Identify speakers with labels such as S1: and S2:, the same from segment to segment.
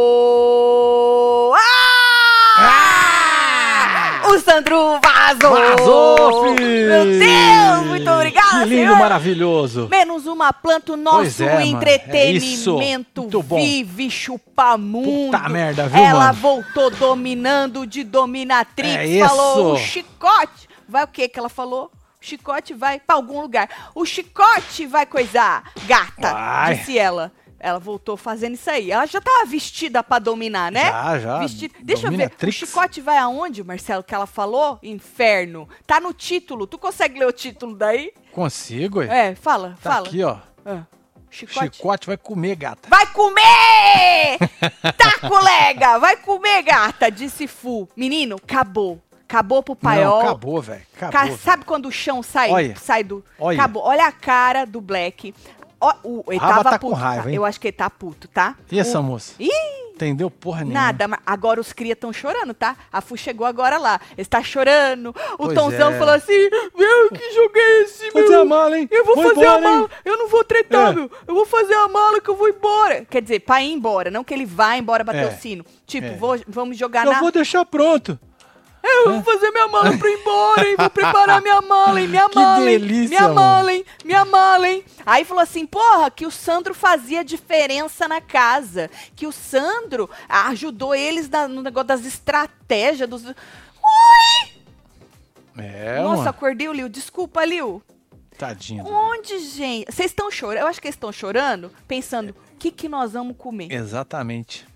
S1: Leandro Ah! Vazou!
S2: Ah! Vazou, fi!
S1: Meu Deus, muito obrigada,
S2: Que lindo,
S1: senhor.
S2: maravilhoso.
S1: Menos uma planta, o
S2: Pois
S1: nosso
S2: é, mano. É isso.
S1: entretenimento
S2: Muito bom.
S1: vive chupamundo.
S2: Puta merda, viu,
S1: Ela
S2: mano?
S1: voltou dominando de dominatrix.
S2: É isso.
S1: Falou o chicote. Vai o que que ela falou? O chicote vai pra algum lugar. O chicote vai coisar. Gata,
S2: Vai.
S1: disse ela. Ela voltou fazendo isso aí. Ela já tava vestida pra dominar, né?
S2: Já, já.
S1: Vestida. Deixa eu ver. O
S2: Dominatrix.
S1: chicote vai aonde, Marcelo, que ela falou? Inferno. Tá no título. Tu consegue ler o título daí?
S2: Consigo, é.
S1: É, fala,
S2: Tá
S1: fala.
S2: aqui, ó.
S1: Ah,
S2: Chicote.
S1: chicote.
S2: vai comer, gata.
S1: Vai comer! tá, colega! Vai comer, gata! Disse Fu. Menino, acabou. Acabou pro paiol.
S2: Não, acabou, velho. Acabou.
S1: Ca-
S2: velho.
S1: Sabe quando o chão sai,
S2: Olha,
S1: sai do.
S2: olha.
S1: Acabou. Olha a cara do Black. Ó, o, ele
S2: Raba
S1: tava
S2: tá com
S1: puto,
S2: raiva, hein?
S1: Eu acho que ele tá puto, tá?
S2: E essa
S1: O-
S2: moça?
S1: Ih!
S2: Entendeu porra nenhuma.
S1: Nada, mas agora os cria estão chorando, tá? A Fu chegou agora lá. Está chorando. O
S2: Pois
S1: Tonzão
S2: é.
S1: falou assim: Meu, que jogo é esse, meu?
S2: Fazer a mala, hein?
S1: Eu vou, fazer
S2: embora,
S1: a mala,
S2: hein?
S1: eu não vou tretar,
S2: É.
S1: meu. Eu vou fazer a mala que eu vou embora. Quer dizer, pra ir embora, não que ele vá embora bater
S2: É.
S1: o sino. Tipo,
S2: É.
S1: vou- vamos jogar
S2: Eu
S1: na.
S2: vou deixar pronto.
S1: É, eu vou fazer minha mala pra ir embora, hein? Vou preparar minha mala, hein? Minha
S2: Que
S1: mala, hein?
S2: delícia,
S1: Minha
S2: mano.
S1: mala, hein? Minha mala, hein? Aí falou assim, porra, que o Sandro fazia diferença na casa. Que o Sandro ajudou eles na- no negócio das estratégias, dos...
S2: É,
S1: Nossa, um-
S2: mano.
S1: acordei o Liu. Desculpa, Liu.
S2: Tadinho.
S1: Onde, gente? Vocês estão chorando? Eu acho que eles estão chorando, pensando, o que, que nós vamos comer?
S2: Exatamente.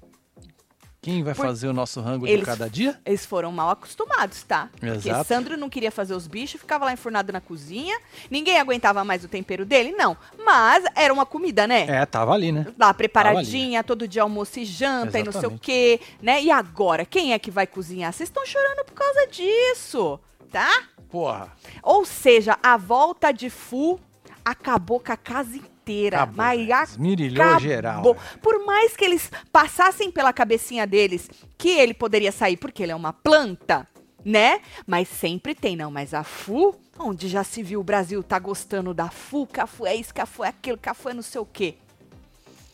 S2: Quem vai
S1: Por-
S2: fazer o nosso rango de
S1: Eles-
S2: cada dia?
S1: Eles foram mal acostumados, tá? Porque
S2: Exato.
S1: Sandro não queria fazer os bichos, ficava lá enfurnado na cozinha. Ninguém aguentava mais o tempero dele, não. Mas era uma comida, né?
S2: É, tava ali, né?
S1: Lá preparadinha, todo dia almoço e janta e não sei o
S2: Exatamente.
S1: quê, né? E agora, quem é que vai cozinhar? Vocês estão chorando por causa disso, tá?
S2: Porra.
S1: Ou seja, a volta de Fu acabou com a casa inteira.
S2: Acabou,
S1: mas
S2: velho. Esmirilhou
S1: acabou.
S2: geral, né? velho.
S1: Por mais que eles passassem pela cabecinha deles que ele poderia sair porque ele é uma planta, né? Mas sempre tem, não. Mas a Fu, onde já se viu o Brasil tá gostando da Fu, que a Fu é isso, que a Fu é aquilo, que a Fu é não sei o quê.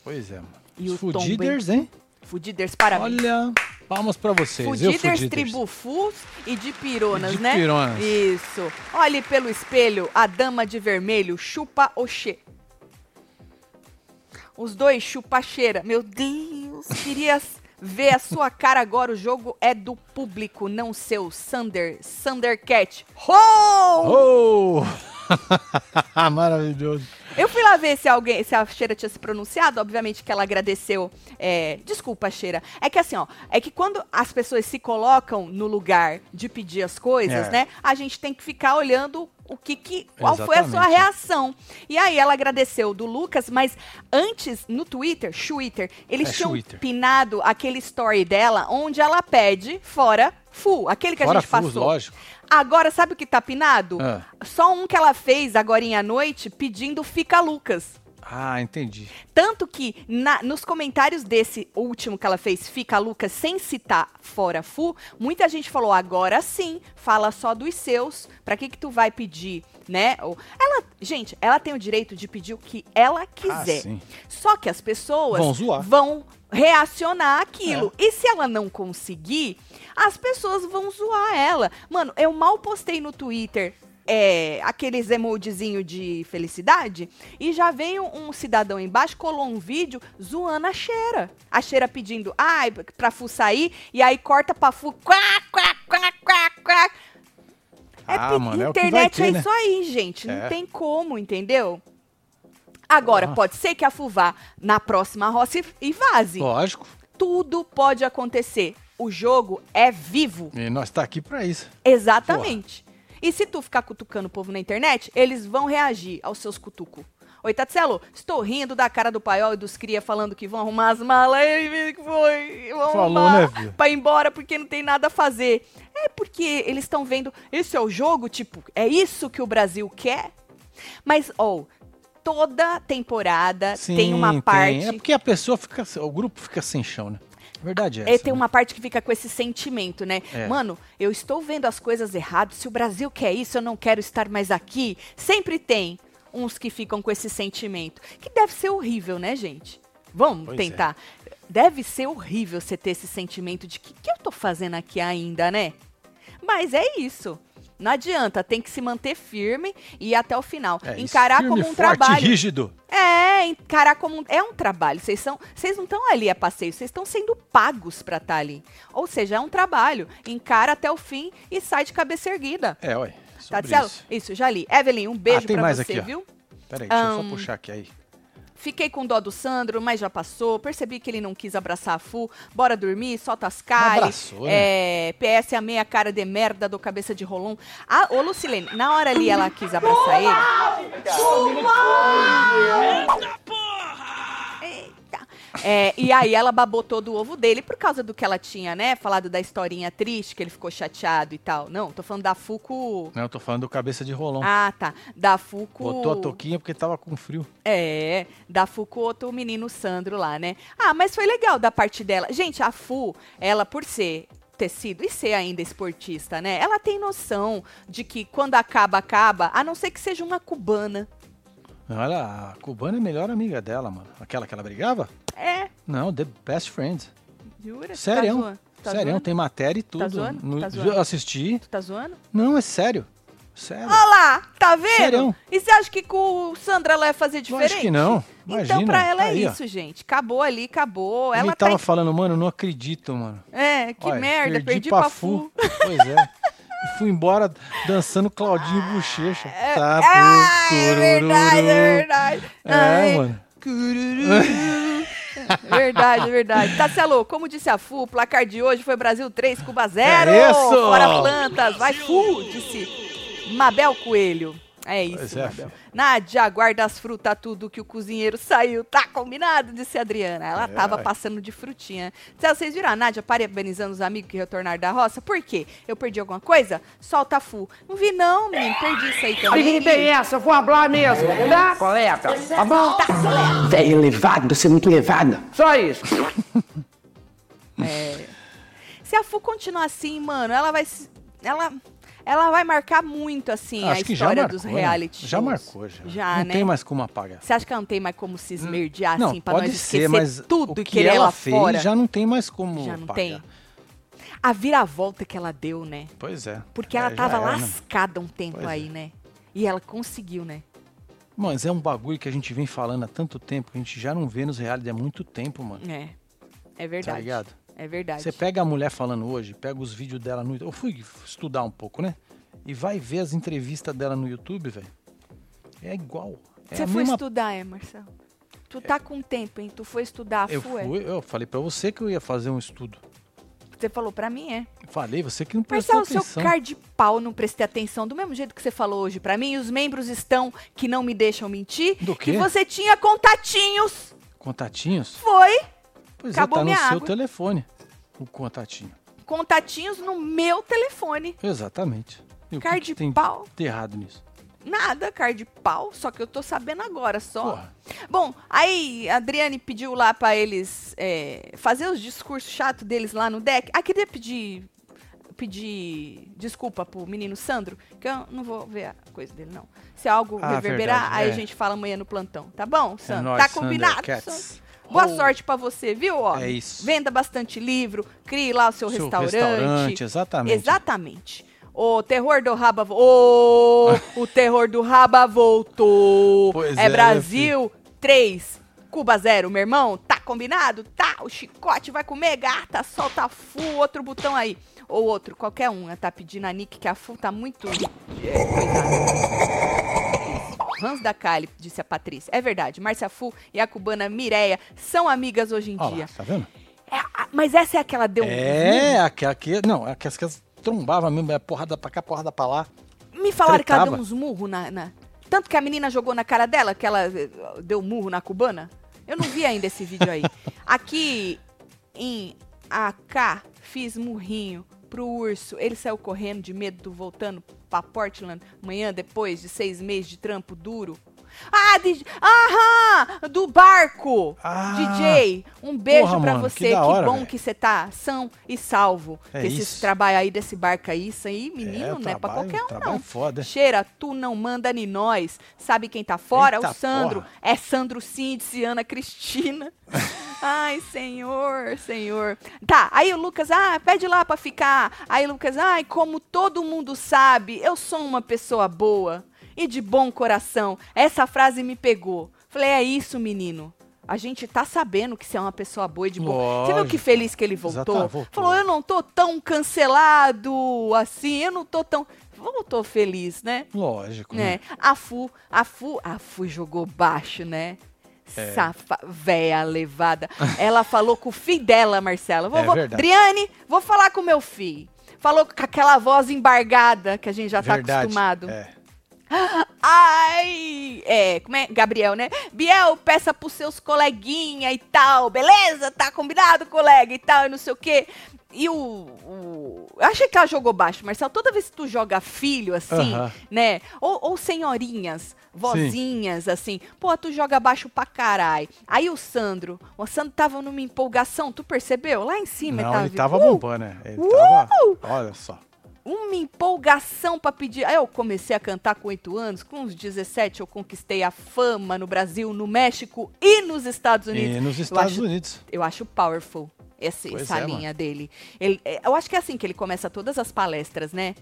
S2: Pois é, mano.
S1: E o tombo,
S2: Fudiders, hein?
S1: Fudiders, parabéns.
S2: Olha, palmas pra vocês, viu,
S1: Fudiders,
S2: Fudiders?
S1: tribufus e de pironas,
S2: E de
S1: né?
S2: pironas.
S1: Isso. Olhe pelo espelho, a dama de vermelho chupa oxê. Os dois chupa a cheira. Meu Deus, queria s- ver a sua cara agora. O jogo é do público, não seu. Sander, Sandercat. Ho!
S2: Oh! Maravilhoso.
S1: Eu fui lá ver se alguém, se a Cheira tinha se pronunciado. Obviamente que ela agradeceu. é, desculpa, Cheira. É que assim, ó, é que quando as pessoas se colocam no lugar de pedir as coisas,
S2: É.
S1: né? A gente tem que ficar olhando o que, que qual foi a sua
S2: Exatamente.
S1: reação. E aí ela agradeceu do Lucas, mas antes no Twitter, Twitter, eles
S2: É,
S1: tinham
S2: Twitter.
S1: pinado aquele story dela onde ela pede fora full, aquele que
S2: Fora
S1: a gente
S2: Fus,
S1: passou.
S2: lógico.
S1: Agora sabe o que tá pinado?
S2: Ah.
S1: Só um que ela fez agora à noite pedindo Fica Lucas.
S2: Ah, entendi.
S1: Tanto que na- nos comentários desse último que ela fez, Fica Lucas, sem citar Fora Fu, muita gente falou, agora sim, fala só dos seus, pra que que tu vai pedir, né? Ou- Ela, gente, ela tem o direito de pedir o que ela quiser.
S2: Ah, sim.
S1: Só que as pessoas
S2: Vão zoar. É.
S1: vão reacionar aquilo. E se ela não conseguir, as pessoas vão zoar ela. Mano, eu mal postei no Twitter é, aqueles emojizinho de felicidade e já veio um cidadão embaixo, colou um vídeo zoando a Cheira. A Cheira pedindo, ai, pra Fu sair, e aí corta pra Fu, quá, quá, quá, quá, quá. É
S2: Ah,
S1: pe-
S2: mano, é o que vai
S1: internet
S2: ter,
S1: é,
S2: né?
S1: isso aí, gente. Não
S2: É.
S1: tem como, entendeu? Agora,
S2: Ah.
S1: pode ser que a FU vá na próxima roça e- e vaze.
S2: Lógico.
S1: Tudo pode acontecer. O jogo é vivo.
S2: E nós tá aqui pra isso.
S1: Exatamente. E se tu ficar cutucando o povo na internet, eles vão reagir aos seus cutucos. Oi, Tatselo, estou rindo da cara do paiol e dos cria falando que vão arrumar as malas. Ei, que foi? Vão
S2: Falou,
S1: arrumar
S2: né, Bia?
S1: pra ir embora porque não tem nada a fazer. É porque eles estão vendo, esse é o jogo, tipo, é isso que o Brasil quer? Mas, ó, toda temporada tem uma parte...
S2: É porque a pessoa fica. O grupo fica sem chão, né? Verdade é.
S1: É,
S2: essa,
S1: tem
S2: né?
S1: uma parte que fica com esse sentimento, né?
S2: É.
S1: Mano, eu estou vendo as coisas erradas. Se o Brasil quer isso, eu não quero estar mais aqui. Sempre tem uns que ficam com esse sentimento. Que deve ser horrível, né, gente? Vamos
S2: Pois é.
S1: tentar. Deve ser horrível você ter esse sentimento de que que eu tô fazendo aqui ainda, né? mas é isso. Não adianta, tem que se manter firme e ir até o final.
S2: É, isso,
S1: encarar
S2: firme,
S1: como um
S2: forte,
S1: trabalho.
S2: rígido.
S1: É, encarar como um, é um trabalho. Vocês são, vocês não estão ali a passeio, vocês estão sendo pagos para estar ali. Ou seja, é um trabalho. Encara até o fim e sai de cabeça erguida.
S2: É, olha.
S1: Tá
S2: Sobre
S1: certo?
S2: isso.
S1: Isso. já li. Evelyn, um beijo
S2: Ah, tem
S1: pra
S2: mais
S1: você,
S2: aqui, ó.
S1: viu?
S2: Peraí, deixa eu
S1: Ahn.
S2: só puxar aqui aí.
S1: Fiquei com dó do Sandro, mas já passou. Percebi que ele não quis abraçar a Fu. Bora dormir, solta as caras.
S2: abraçou, né?
S1: É, PS a meia cara de merda do cabeça de rolão. Ah, ô Lucilene, na hora ali ela quis abraçar ele. Eita. É, e aí ela babou todo o ovo dele por causa do que ela tinha, né? Falado da historinha triste, que ele ficou chateado e tal. Não, tô falando da Fuco.
S2: Não, eu tô falando do cabeça de rolão.
S1: Ah, tá. Da Fuco.
S2: Botou a touquinha porque tava com frio.
S1: É, da Fukuoto, o menino Sandro lá, né? Ah, mas foi legal da parte dela. Gente, a Fu, ela por ser tecido e ser ainda esportista, né? Ela tem noção de que quando acaba, acaba, a não ser que seja uma cubana.
S2: Não, ela, a cubana é a melhor amiga dela, mano. Aquela que ela brigava?
S1: É,
S2: Não, the best friend.
S1: jura? Tu
S2: Sério?
S1: Tá zoando? Tu tá
S2: sério,
S1: zoando?
S2: tem matéria e tudo.
S1: zoando?
S2: No-
S1: Tá zoando?
S2: eu assisti.
S1: Tu tá zoando?
S2: Não, é sério. Sério.
S1: Olha lá, tá vendo?
S2: Sério?
S1: E você acha que com o Sandra ela ia fazer
S2: Lógico
S1: diferente?
S2: que não. Imagina,
S1: então pra ela
S2: tá
S1: é
S2: aí, ó.
S1: isso, gente. Acabou ali, acabou.
S2: Ele
S1: Ela tá
S2: tava
S1: em...
S2: falando, mano, eu não acredito, mano.
S1: É, que
S2: Olha,
S1: merda, perdi, pra Fu.
S2: Pois é. E fui embora dançando Claudinho Bochecha. Tá,
S1: Ah,
S2: pô,
S1: é verdade, é
S2: curururu.
S1: verdade.
S2: É,
S1: Ai,
S2: mano.
S1: curururu. Verdade, verdade. Tá, Tassielô, como disse a Fu, o placar de hoje foi Brasil 3, Cuba 0.
S2: É isso!
S1: Fora plantas, vai Fu, disse Mabel Coelho. É
S2: Pois
S1: isso,
S2: é,
S1: Mabel. Nádia, guarda as frutas, tudo que o cozinheiro saiu. Tá combinado, disse a Adriana. Ela
S2: É,
S1: tava
S2: ai.
S1: passando de frutinha. Então, vocês viram a Nádia parabenizando os amigos que retornaram da roça? Por quê? Eu perdi alguma coisa? Solta a Fu. Não vi não, menino. Perdi isso aí também.
S3: Ninguém tem essa, eu vou falar mesmo, tá? Colega, tá bom?
S4: Velho elevado, você é muito elevado.
S3: Só isso.
S1: É. Se a Fu continuar assim, mano, ela vai. se- Ela, ela vai marcar muito, assim, a
S2: Acho que já
S1: história
S2: marcou.
S1: dos
S2: né?
S1: reality shows.
S2: Já marcou, já.
S1: Já,
S2: não
S1: né?
S2: tem mais como apagar.
S1: Você acha que ela não tem mais como se esmerdear,
S2: não,
S1: assim, pra
S2: pode
S1: nós
S2: ser,
S1: esquecer
S2: mas
S1: tudo
S2: o
S1: e
S2: que
S1: querer
S2: ela
S1: lá
S2: fez
S1: fora?
S2: já não tem mais como
S1: Já não
S2: apagar.
S1: tem. A viravolta que ela deu, né?
S2: Pois é.
S1: Porque
S2: É,
S1: ela
S2: já
S1: tava
S2: era, né?
S1: lascada um tempo
S2: Pois é.
S1: aí, né? E ela conseguiu, né?
S2: Mas é um bagulho que a gente vem falando há tanto tempo, que a gente já não vê nos reality há muito tempo, mano.
S1: É. É
S2: Tá
S1: verdade.
S2: ligado?
S1: é verdade.
S2: Você pega a mulher falando hoje, pega os vídeos dela no Eu fui estudar um pouco, né? E vai ver as entrevistas dela no YouTube, velho. É igual. É
S1: Você
S2: a
S1: foi
S2: mesma... É.
S1: estudar, é, Marcelo? Tu tá com tempo, hein? Tu foi estudar,
S2: Eu
S1: Fu, é?
S2: fui, eu falei pra você que eu ia fazer um estudo.
S1: Você falou pra mim, é.
S2: Falei, você que não prestou
S1: Marcelo, é seu
S2: atenção.
S1: cara de pau não prestei atenção do mesmo jeito que você falou hoje pra mim. E os membros estão que não me deixam mentir.
S2: Do
S1: que
S2: quê?
S1: você tinha contatinhos.
S2: Contatinhos?
S1: Foi.
S2: Pois
S1: Acabou
S2: é, tá no
S1: minha
S2: seu
S1: água.
S2: telefone. O contatinho.
S1: Contatinhos no meu telefone.
S2: Exatamente. E o
S1: Cara
S2: que, que
S1: de
S2: tem
S1: pau.
S2: de errado nisso?
S1: Nada, cara de pau. Só que eu tô sabendo agora só.
S2: Porra.
S1: Bom, aí a Adriane pediu lá pra eles é, fazer os discursos chato deles lá no deck. Ah, queria pedir. Pedir desculpa pro menino Sandro, que eu não vou ver a coisa dele, não. Se algo
S2: Ah,
S1: reverberar,
S2: verdade,
S1: aí
S2: é.
S1: a gente fala amanhã no plantão, tá bom,
S2: É
S1: Sandro?
S2: nóis,
S1: tá combinado,
S2: Thundercats.
S1: Sandro? Boa
S2: Oh,
S1: sorte pra você, viu, homem?
S2: É isso.
S1: Venda bastante livro, crie lá o seu,
S2: Seu
S1: restaurante.
S2: restaurante, exatamente.
S1: Exatamente. O terror do raba... vo- Ô, o terror do raba voltou.
S2: Pois
S1: é,
S2: é,
S1: Brasil 3, Cuba 0, meu irmão. Tá combinado? Tá. O chicote vai comer, gata. Solta a fu, outro botão aí. Ou outro, qualquer um. né? Tá pedindo a Nick que a fu tá muito... É, coitada. Hans da Cali, disse a Patrícia. É verdade, Márcia Fu e a cubana Mireia são amigas hoje em
S2: Olha
S1: dia.
S2: lá, tá vendo?
S1: É, a- mas essa é aquela deu um
S2: É, aquela que. Não, aquelas que as trombavam mesmo, é porrada pra cá, porrada pra lá.
S1: Me falaram que ela
S2: Tretava.
S1: deu uns murros na, na- Tanto que a menina jogou na cara dela, que ela eh, deu murro na cubana. Eu não vi ainda esse vídeo aí. Aqui em AK, fiz murrinho pro urso. Ele saiu correndo de medo, do voltando pra Portland amanhã, depois de seis meses de trampo duro. Ah, de, aham! Do barco!
S2: Ah!
S1: DJ, um beijo
S2: Porra,
S1: pra
S2: mano, que
S1: você. Que,
S2: da hora,
S1: bom
S2: velho.
S1: que você tá são e salvo.
S2: É
S1: Que Esse
S2: isso.
S1: trabalho aí desse barco aí, isso aí, menino,
S2: É, o
S1: não é pra
S2: trabalho-
S1: qualquer
S2: o
S1: um,
S2: trabalho
S1: não.
S2: é foda.
S1: Cheira, tu não manda nem nós. Sabe quem tá fora?
S2: Eita
S1: o Sandro.
S2: porra.
S1: É Sandro sim, disse Ana Cristina. Ai, senhor, senhor. Tá, aí o Lucas, ah, pede lá pra ficar. Aí o Lucas, ai, como todo mundo sabe, eu sou uma pessoa boa e de bom coração. Essa frase me pegou. Falei, é isso, menino. A gente tá sabendo que você é uma pessoa boa e de bom. Você viu que
S2: Lógico.
S1: feliz que ele voltou?
S2: Exata- voltou.
S1: Falou, eu não tô tão cancelado assim, eu não tô tão. Voltou feliz, né?
S2: Lógico.
S1: né?
S2: né?
S1: A Fu, a Fu, a Fu jogou baixo, né?
S2: É.
S1: Safa, véia levada. Ela falou com o filho dela, Marcela. Vou,
S2: É
S1: vou-
S2: verdade.
S1: Driane, vou falar com o meu filho. Falou com aquela voz embargada que a gente já tá
S2: Verdade.
S1: acostumado.
S2: É.
S1: Ai, é, como é? Gabriel, né? Biel, peça pros seus coleguinha e tal, beleza? Tá combinado, colega, e tal, e não sei o quê. E o... o- Eu achei que ela jogou baixo, Marcelo. Toda vez que tu joga filho, assim,
S2: Aham.
S1: né? Ou, ou senhorinhas, vozinhas, assim. Pô, tu joga baixo pra caralho. Aí o Sandro, o Sandro tava numa empolgação, tu percebeu? Lá em cima
S2: Não,
S1: tava...
S2: ele tava
S1: "Uh,
S2: bombando, né? Ele tava. Olha só.
S1: uma empolgação pra pedir. Aí eu comecei a cantar com 8 anos, com uns 17 eu conquistei a fama no Brasil, no México e nos Estados Unidos.
S2: E nos
S1: Eu
S2: Estados
S1: acho-
S2: Unidos.
S1: Eu acho powerful esse,
S2: Pois
S1: essa
S2: é,
S1: linha dele. Ele- é, eu acho que é assim que ele começa todas as palestras, né?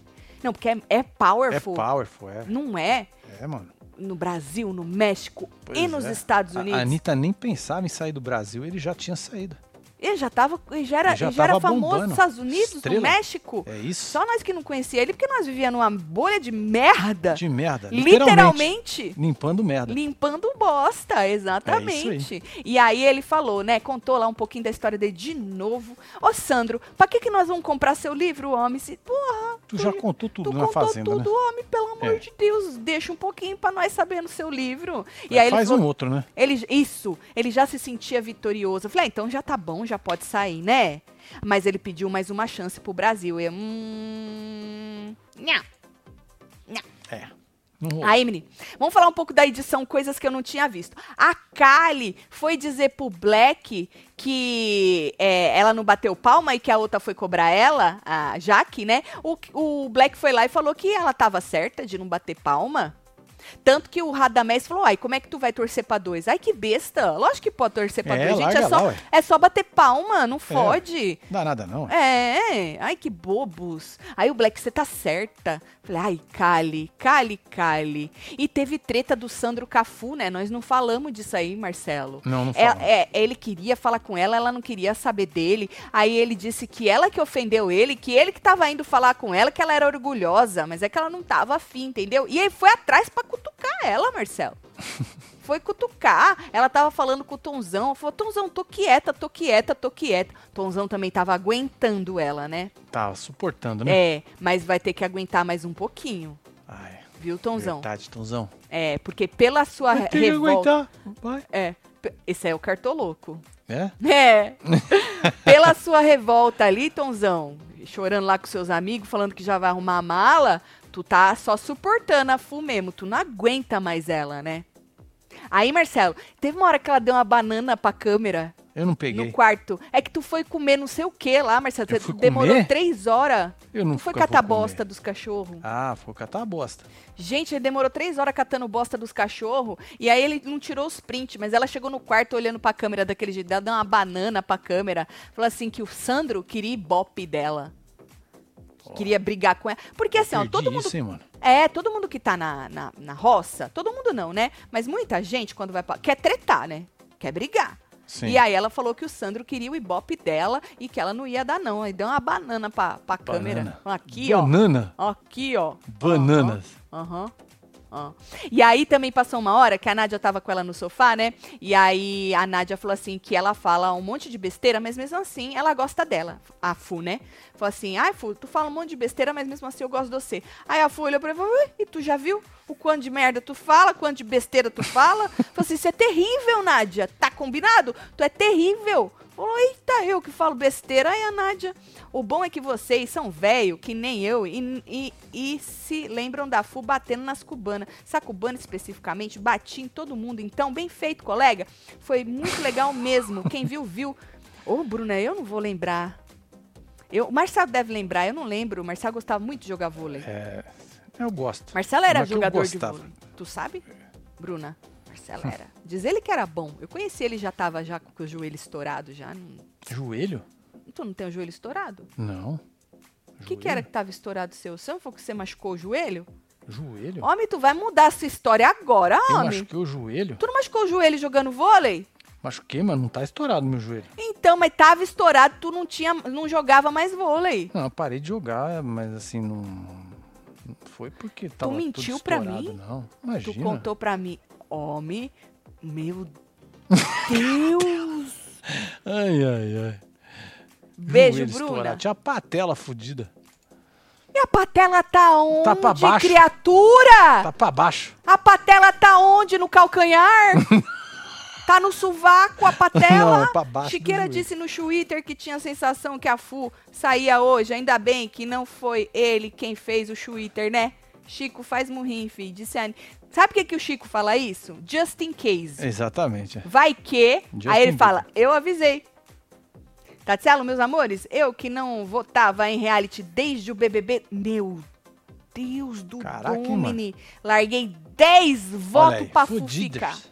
S1: Não, porque é, é
S2: É
S1: powerful.
S2: powerful, é.
S1: Não é
S2: É, mano.
S1: no Brasil, no México e
S2: Pois
S1: nos
S2: é.
S1: Estados
S2: A-
S1: Unidos.
S2: A Anitta nem pensava em sair do Brasil, ele já tinha saído.
S1: Ele já tava, ele já era,
S2: Ele já
S1: ele já era
S2: tava
S1: famoso nos
S2: bombando.
S1: Estados Unidos,
S2: Estrela.
S1: no México.
S2: É isso?
S1: Só nós que não conhecia ele, porque nós vivíamos numa bolha de merda.
S2: De merda.
S1: literalmente
S2: Limpando merda.
S1: limpando bosta,
S2: É
S1: exatamente. E aí ele falou, né? Contou lá um pouquinho da história dele de novo. Ô, Sandro, pra que, que nós vamos comprar seu livro, homem? Se, porra,
S2: tu já contou tudo
S1: tu
S2: na
S1: contou
S2: fazenda,
S1: tudo,
S2: né?
S1: homem, pelo amor
S2: É.
S1: de Deus, deixa um pouquinho pra nós saber no seu livro. E aí ele
S2: Faz
S1: falou,
S2: um outro, né?
S1: ele, isso, ele já se sentia vitorioso. Eu falei, ah, então já tá bom, já pode sair, né? Mas ele pediu mais uma chance pro Brasil. Eu, hum, não.
S2: É. Não rolou.
S1: Aí, menino, vamos falar um pouco da edição, coisas que eu não tinha visto. A Kali foi dizer pro Black que é, ela não bateu palma e que a outra foi cobrar ela, a Jaque, né? O, o Black foi lá e falou que ela tava certa de não bater palma. Tanto que o Radamés falou, ai, como é que tu vai torcer pra dois? Ai, que besta. Lógico que pode torcer pra
S2: É,
S1: dois, gente.
S2: larga
S1: É só,
S2: lá, ué. É.
S1: é só bater palma, não fode.
S2: Não dá nada, não.
S1: É, ai que bobos. Aí o Black, você tá certa. Falei, ai, cale, cale, cale. E teve treta do Sandro Cafu, né? Nós não falamos disso aí, Marcelo.
S2: Não, não
S1: É-
S2: fala.
S1: é, ele queria falar com ela, ela não queria saber dele. Aí ele disse que ela que ofendeu ele, que ele que tava indo falar com ela, que ela era orgulhosa, mas é que ela não tava afim, entendeu? E ele foi atrás pra cutucar ela, Marcelo. Foi cutucar. Ela tava falando com o Tonzão. Falou, Tonzão, tô quieta, tô quieta, tô quieta. Tonzão também tava aguentando ela, né?
S2: Tá suportando, né?
S1: É, mas vai ter que aguentar mais um pouquinho,
S2: Ai,
S1: viu, Tonzão?
S2: verdade, Tonzão.
S1: É, porque pela sua re-
S2: Tem que
S1: É, revolta.
S2: aguentar. Vai.
S1: É, p- esse é o cartoloco.
S2: É?
S1: É. Pela sua revolta ali, Tonzão, chorando lá com seus amigos, falando que já vai arrumar a mala, tu tá só suportando a Fu mesmo. Tu não aguenta mais ela, né? Aí, Marcelo, teve uma hora que ela deu uma banana pra câmera
S2: Eu não peguei.
S1: no quarto. É que tu foi comer não sei o que lá, Marcelo.
S2: Eu
S1: Você
S2: fui
S1: demorou
S2: comer?
S1: três horas.
S2: Eu não
S1: tu foi
S2: fico- eu vou
S1: catar bosta
S2: comer.
S1: dos cachorros.
S2: Ah, vou catar a bosta.
S1: Gente, ele demorou três horas catando bosta dos cachorros. E aí ele não tirou os prints, mas ela chegou no quarto olhando pra câmera daquele jeito. Ela deu uma banana pra câmera. Falou assim que o Sandro queria ibope dela. Queria brigar com ela. Porque assim, ó,
S2: Perdi
S1: todo mundo.
S2: isso, hein, mano?
S1: É, todo mundo que tá na, na, na roça, todo mundo não, né? Mas muita gente, quando vai pra. quer tretar, né? Quer brigar.
S2: Sim.
S1: E aí ela falou que o Sandro queria o ibope dela e que ela não ia dar, não. Aí deu uma banana pra, pra câmera.
S2: Banana.
S1: Aqui, ó.
S2: Banana.
S1: Aqui, ó.
S2: Bananas.
S1: Aham. Ó. E aí também passou uma hora que a Nádia tava com ela no sofá, né? E aí a Nádia falou assim que ela fala um monte de besteira, mas mesmo assim ela gosta dela. A Fu, né? Falou assim, ai Fu, tu fala um monte de besteira, mas mesmo assim eu gosto de você. Aí a Fu olhou pra ela e falou, "Ué, e tu já viu o quanto de merda tu fala, quanto de besteira tu fala? falou assim, isso é terrível, Nádia. Tá combinado? Tu é terrível. Falou, eita, eu que falo besteira. Aí a Nádia, o bom é que vocês são velho, que nem eu, e, e, e se lembram da FU batendo nas cubanas. Essa cubana especificamente batia em todo mundo. Então, bem feito, colega. Foi muito legal mesmo. Quem viu, viu. Ô, Bruna, eu não vou lembrar. Eu, o Marcelo deve lembrar, eu não lembro. O Marcelo gostava muito de jogar vôlei.
S2: Eu gosto.
S1: Marcelo era
S2: É, Mas que eu
S1: jogador de
S2: gostava. É.
S1: vôlei. Tu sabe, Bruna? Marcelera. Diz ele que era bom. Eu conheci ele já tava já com o joelho estourado já. Não-
S2: Joelho?
S1: Tu Então, não tem o joelho estourado?
S2: Não.
S1: O que, que era que tava estourado seu? Você não foi que você machucou o joelho?
S2: Joelho?
S1: Homem, tu vai mudar essa história agora,
S2: Eu
S1: homem.
S2: machuquei o joelho?
S1: Tu não machucou o joelho jogando vôlei?
S2: Machuquei, mas não tá estourado meu joelho.
S1: Então, mas tava estourado, tu não tinha, não jogava mais vôlei.
S2: Não, eu parei de jogar, mas assim, não. não Foi porque tava tudo
S1: mentiu pra
S2: estourado,
S1: mim?
S2: Não, imagina.
S1: Tu contou pra mim, homem, meu Deus.
S2: Ai, ai, ai.
S1: Beijo,
S2: Joelho
S1: Bruna.
S2: estourado. Tinha a patela fudida.
S1: E a patela tá onde,
S2: Tá pra baixo.
S1: criatura?
S2: Tá pra baixo.
S1: A patela tá onde? No calcanhar? tá no sovaco a patela?
S2: Não, é pra baixo do
S1: Chiqueira
S2: joelho.
S1: disse no Twitter que tinha a sensação que a Fu saía hoje. Ainda bem que não foi ele quem fez o Twitter, né? Chico faz murrim, fi. Disse a... Anne. Sabe por que, que o Chico fala isso? Just in case.
S2: Exatamente.
S1: Vai que.
S2: Just
S1: Aí ele
S2: in
S1: fala, eu avisei. Tatielo, meus amores, eu que não votava em reality desde o BBB. Meu Deus do
S2: Caraca, hein,
S1: Domini. Larguei 10 votos pra
S2: fudidas.
S1: Fufica.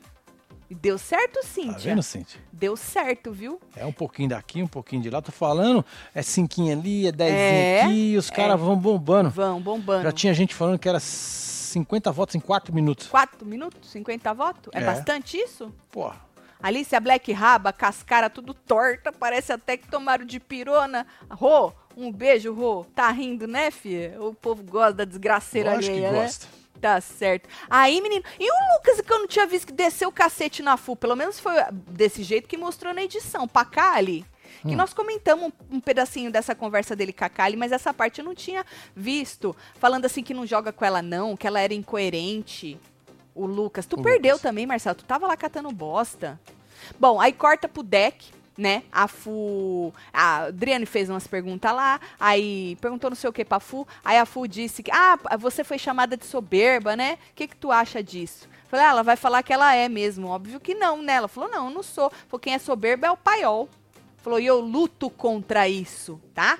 S1: E Deu certo,
S2: Tá
S1: Cíntia.
S2: vendo, Cintia?
S1: Deu certo, viu?
S2: É um pouquinho daqui, um pouquinho de lá. Tô falando, é cinquinho ali, é dezinho
S1: É,
S2: aqui, os caras vão bombando.
S1: Vão, bombando.
S2: Já tinha gente falando que era 50 votos em 4 minutos.
S1: 4 minutos, 50 votos? É,
S2: É.
S1: bastante isso?
S2: Porra.
S1: Alice, a Black Raba, cascara tudo torta, parece até que tomaram de pirona. Rô, um beijo, Rô. Tá rindo, né, filha? O povo gosta da desgraceira
S2: Lógico que
S1: alheia, né?
S2: gosta.
S1: Tá certo. Aí, menino, e o Lucas que eu não tinha visto que desceu o cacete na FU? Pelo menos foi desse jeito que mostrou na edição, pra Kali.
S2: Hum.
S1: Que nós comentamos um, um pedacinho dessa conversa dele com a Kali, mas essa parte eu não tinha visto. Falando assim que não joga com ela, não, que ela era incoerente. O Lucas. Tu
S2: O
S1: perdeu
S2: Lucas.
S1: também, Marcelo. Tu tava lá catando bosta. Bom, aí corta pro deck, né? A Fu. A Adriane fez umas perguntas lá, aí perguntou não sei o que pra Fu. Aí a Fu disse que. Ah, você foi chamada de soberba, né? O que, que tu acha disso? Falei, ah, ela vai falar que ela é mesmo. Óbvio que não, né? Ela falou, não, eu não sou. Falou, quem é soberba é o paiol. Falou, e eu luto contra isso, tá?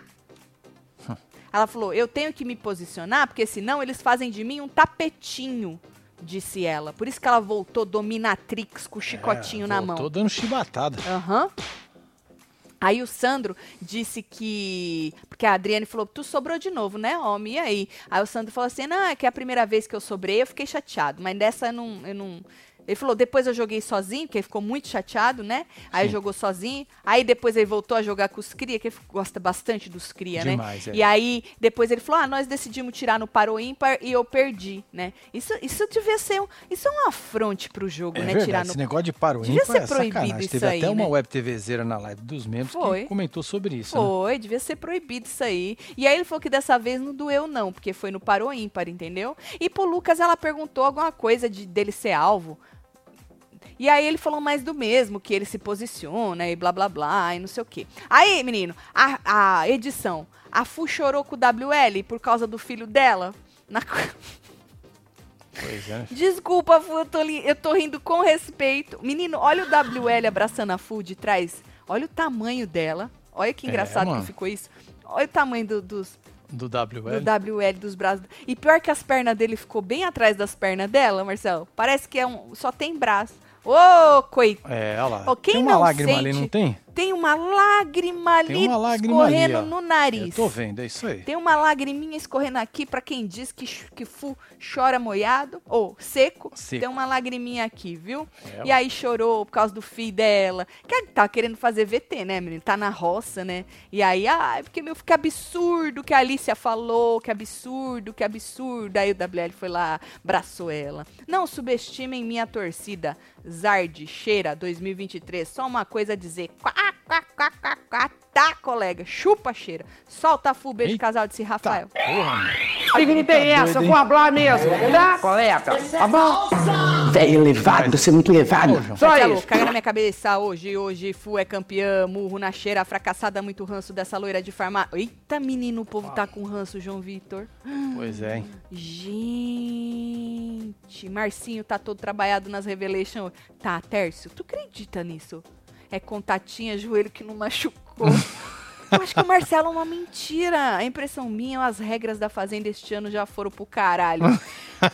S1: Ela falou, eu tenho que me posicionar, porque senão eles fazem de mim um tapetinho, disse ela. Por isso que ela voltou dominatrix com o chicotinho
S2: É,
S1: na
S2: voltou
S1: mão.
S2: dando chibatada.
S1: Aham. Aí o Sandro disse que. Porque a Adriane falou: Tu sobrou de novo, né, homem? E aí? Aí o Sandro falou assim: Não, é que a primeira vez que eu sobrei, eu fiquei chateado. Mas dessa eu não. Eu não... Ele falou: Depois eu joguei sozinho, porque ele ficou muito chateado, né? Aí
S2: Sim.
S1: jogou sozinho. Aí depois ele voltou a jogar com os Cria, que ele gosta bastante dos Cria,
S2: Demais,
S1: né?
S2: é.
S1: E aí depois ele falou: Ah, nós decidimos tirar no Paro Ímpar e eu perdi, né? Isso, isso devia ser. Um, isso é um afronte pro jogo,
S2: É
S1: né?
S2: verdade,
S1: tirar no
S2: esse negócio de paro
S1: Devia
S2: ímpar
S1: ser
S2: é
S1: proibido
S2: sacanagem.
S1: isso
S2: Teve
S1: aí,
S2: até uma
S1: né?
S2: web TVzeira na live dos membros
S1: Foi.
S2: que comentou sobre isso. né?
S1: Foi, devia ser proibido isso aí. E aí ele falou que dessa vez não doeu, não, porque foi no Parou ímpar, entendeu? E pro Lucas ela perguntou alguma coisa de, dele ser alvo. E aí ele falou mais do mesmo, que ele se posiciona e blá blá blá, e não sei o quê. Aí, menino, a, a edição. A Fu chorou com o WL por causa do filho dela. Na co-
S2: Pois é. né?
S1: Desculpa, Fu, eu tô, li- eu tô rindo com respeito. Menino, olha o WL abraçando a Fu de trás. Olha o tamanho dela. Olha que
S2: É,
S1: engraçado
S2: mano.
S1: que ficou isso. Olha o tamanho do- dos, do
S2: Do WL.
S1: WL, dos braços. E pior que as pernas dele ficou bem atrás das pernas dela, Marcelo. Parece que é um, só tem braço. Ô, coitado.
S2: É, olha lá.
S1: Ó, quem
S2: tem uma
S1: não
S2: lágrima
S1: sente-
S2: ali, não tem?
S1: Tem uma lágrima ali
S2: Tem uma lágrima ali,
S1: escorrendo
S2: ó.
S1: no
S2: Eu
S1: nariz.
S2: tô vendo, é isso aí.
S1: Tem uma lagriminha escorrendo aqui pra quem diz que, ch- que Fu chora moiado ou seco.
S2: Seco.
S1: Tem uma lagriminha aqui, viu?
S2: É,
S1: e aí chorou por causa do filho dela. Que ela tá querendo fazer VT, né, menino? Tá na roça, né? E aí, ai, porque meu, que absurdo que a Alicia falou, que absurdo, que absurdo. Aí o WL foi lá, abraçou ela. Não subestimem minha torcida. Zard, cheira, 2023. Só uma coisa a dizer. Quá, quá, quá, quá, quá. Tá, colega. Chupa, cheira. Solta a full, beijo,
S2: Eita.
S1: casal, disse
S2: Tá,
S1: Rafael.
S2: porra, mano.
S3: Dignidade é essa, eu vou hablar mesmo, tá, colega? Tá bom?
S4: Velho elevado, você é muito
S2: Ô,
S4: elevado.
S2: João,
S3: Só
S1: Marcelo,
S3: isso.
S1: caga tá na minha cabeça hoje, hoje, Fu é campeã, murro na cheira, fracassada, muito ranço dessa loira de farmácia. Eita, menino, o povo tá com ranço, João Vitor.
S2: Pois é, hein?
S1: Gente, Marcinho tá todo trabalhado nas Revelation. Tá, Tércio, tu acredita nisso? É contatinha, joelho que não machucou. Eu acho que o Marcelo é uma mentira. A impressão minha, as regras da Fazenda este ano já foram pro caralho.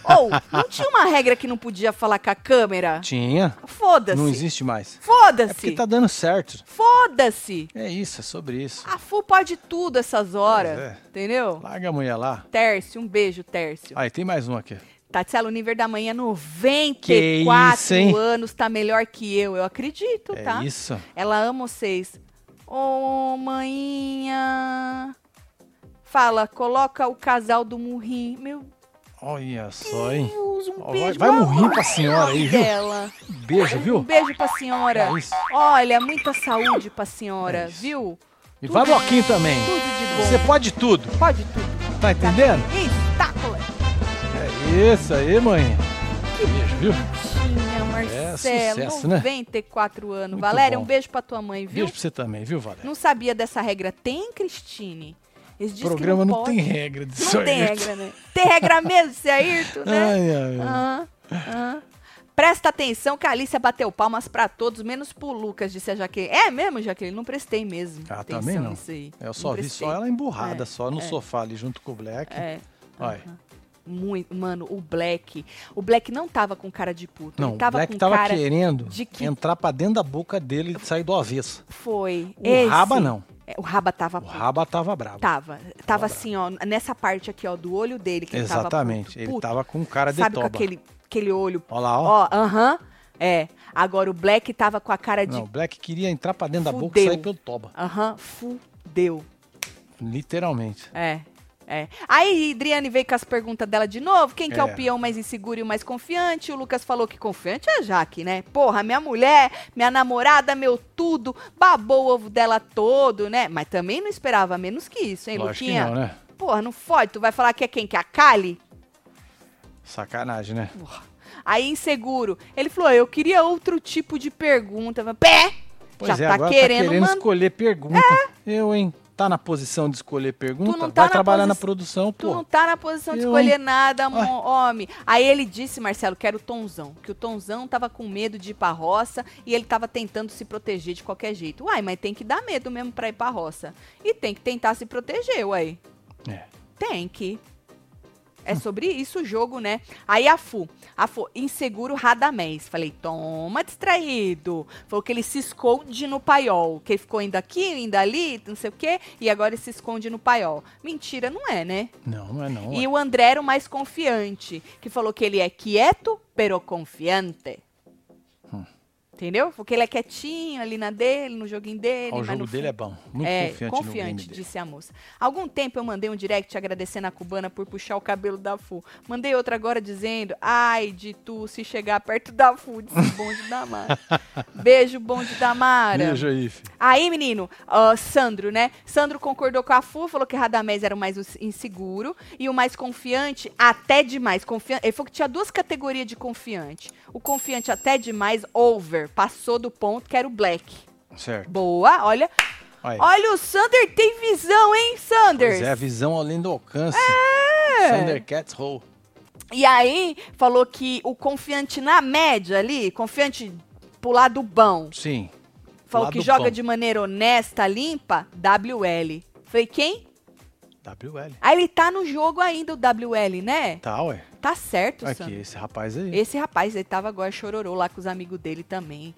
S1: Ou, não tinha uma regra que não podia falar com a câmera?
S2: Tinha. Não
S1: Foda-se.
S2: existe mais. É
S1: Foda-se.
S2: porque tá dando certo.
S1: Foda-se.
S2: É isso, é sobre isso.
S1: A FU pode tudo essas horas.
S2: Pois é.
S1: Entendeu?
S2: Larga a mulher lá.
S1: Tércio, um beijo, Tércio. Tá,
S2: Aí tem mais um aqui.
S1: Tatiana Univer da Manhã,
S2: Que
S1: 94
S2: isso, hein?
S1: anos, tá melhor que eu, eu acredito,
S2: É
S1: tá?
S2: isso.
S1: Ela ama vocês. Ô, maninha. Fala, coloca o casal do Murrim. Meu
S2: Olha só, hein?
S1: Deus, um
S2: Ó, vai-
S1: beijo.
S2: vai
S1: pra-
S2: Murrim pra senhora aí, viu?
S1: Dela.
S2: Beijo,
S1: Um
S2: viu?
S1: beijo pra senhora.
S2: É isso.
S1: Olha, muita saúde pra senhora,
S2: É isso.
S1: viu?
S2: E vai bloquinho também.
S1: Tudo de bom.
S2: Você pode tudo,
S1: pode tudo.
S2: tá entendendo?
S1: Estácula. Tá.
S2: É isso aí, mãe. Beijo, viu?
S1: Tinha, Marcelo.
S2: É, sucesso, né?
S1: 94 anos.
S2: Muito
S1: Valéria,
S2: bom.
S1: um beijo pra tua mãe, viu?
S2: Beijo pra você também, viu, Valéria?
S1: Não sabia dessa regra. Tem, Cristine? Eles
S2: O
S1: dizem
S2: programa
S1: que
S2: não,
S1: não, pode.
S2: tem regra de
S1: Não tem regra, né? Tem regra mesmo, de ser Ayrton, né?
S2: Ai, ai, ai.
S1: Aham, aham. Presta atenção que a Alicia bateu palmas pra todos, menos pro Lucas, disse a Jaqueline. É mesmo, Jaqueline? Não prestei mesmo.
S2: Ah,
S1: atenção
S2: também não.
S1: nisso aí.
S2: Eu só
S1: Não
S2: vi
S1: prestei.
S2: só ela emburrada,
S1: É,
S2: só no
S1: é.
S2: sofá ali junto com o Black.
S1: É.
S2: Olha.
S1: Muito, mano, o Black. O Black não tava com cara de puto.
S2: Não,
S1: ele
S2: o
S1: tava
S2: Black
S1: com
S2: tava
S1: cara.
S2: querendo
S1: de que-
S2: entrar pra dentro da boca dele e sair do avesso.
S1: Foi.
S2: O Raba não.
S1: É, O Raba tava
S2: O
S1: puto.
S2: Raba tava bravo.
S1: Tava. Tava assim, ó, nessa parte aqui, ó, do olho dele que ele tava
S2: Exatamente.
S1: puto,
S2: ele
S1: puto.
S2: tava com cara de
S1: Sabe
S2: toba.
S1: com aquele, aquele olho.
S2: Ó lá, ó.
S1: Ó, aham. é. Agora o Black tava com a cara de.
S2: Não, o Black queria entrar pra dentro da boca e
S1: Fudeu.
S2: sair pelo toba.
S1: Aham, fudeu.
S2: Literalmente.
S1: É. É. Aí, Adriane veio com as perguntas dela de novo. Quem que é
S2: É.
S1: o peão mais inseguro e o mais confiante? O Lucas falou que confiante é a Jaque, né? Porra, minha mulher, minha namorada, meu tudo, babou o ovo dela todo, né? Mas também não esperava menos que isso, hein,
S2: Lógico
S1: Luquinha?
S2: que não, né?
S1: Porra, não fode. Tu vai falar que é quem? Que é a Kali?
S2: Sacanagem, né?
S1: Aí, inseguro. Ele falou, "Ah, eu queria outro tipo de pergunta. Eu falei, Pé!
S2: Pois
S1: já
S2: é,
S1: tá
S2: agora
S1: querendo,
S2: tá querendo
S1: mandar.
S2: escolher pergunta. Eu, hein? Tá na posição de escolher pergunta?
S1: Tu não tá
S2: Vai
S1: na
S2: trabalhar
S1: posi-
S2: na produção,
S1: Tu
S2: pô.
S1: não tá na posição de
S2: Eu,
S1: escolher
S2: hein?
S1: nada, mo-
S2: Ai.
S1: homem. Aí ele disse, Marcelo, que era o Tonzão. Que o Tonzão tava com medo de ir pra roça e ele tava tentando se proteger de qualquer jeito. Uai, mas tem que dar medo mesmo pra ir pra roça. E tem que tentar se proteger, uai.
S2: É.
S1: Tem que. É sobre isso o jogo, né? Aí a Fu, a Fu, inseguro Radamés. Falei, toma, distraído. Falou que ele se esconde no paiol. Que ele ficou indo aqui, indo ali, não sei o quê. E agora ele se esconde no paiol. Mentira, não é, né?
S2: Não, não é não.
S1: E
S2: ué.
S1: o André era o mais confiante, que falou que ele é quieto, pero confiante.
S2: Hum.
S1: Entendeu? Porque ele é quietinho ali na dele, no joguinho dele.
S2: Ó, o
S1: mas
S2: jogo
S1: no
S2: dele
S1: fim-
S2: é bom. Muito
S1: é,
S2: confiante, no game dele.
S1: disse a moça. Algum tempo eu mandei um direct agradecendo a cubana por puxar o cabelo da Fu. Mandei outra agora dizendo, ai de tu se chegar perto da Fu, disse bonde da Mara. Beijo, bonde da Mara.
S2: Beijo aí, filho.
S1: Aí, menino, ah, Sandro, né? Sandro concordou com a Fu, falou que Radamés era o mais ins- inseguro e o mais confiante, até demais. Confian... Ele falou que tinha duas categorias de confiante. O confiante até demais, over, passou do ponto, que era o Black.
S2: Certo.
S1: Boa, olha.
S2: Aí.
S1: Olha, o Sander tem visão, hein,
S2: Pois
S1: Sanders?
S2: é, a visão além do alcance.
S1: É.
S2: Thundercats Roll.
S1: E aí, falou que o confiante na média ali, confiante pro lado bom,
S2: Sim.
S1: falou
S2: Lado
S1: que joga
S2: bom.
S1: de maneira honesta, limpa, WL. Falei, quem?
S2: WL.
S1: Aí ele tá no jogo ainda, o WL, né?
S2: Tá, ué.
S1: Tá certo,
S2: Aqui,
S1: Sandro.
S2: esse rapaz aí.
S1: Esse rapaz, ele tava agora chororô lá com os amigos dele também.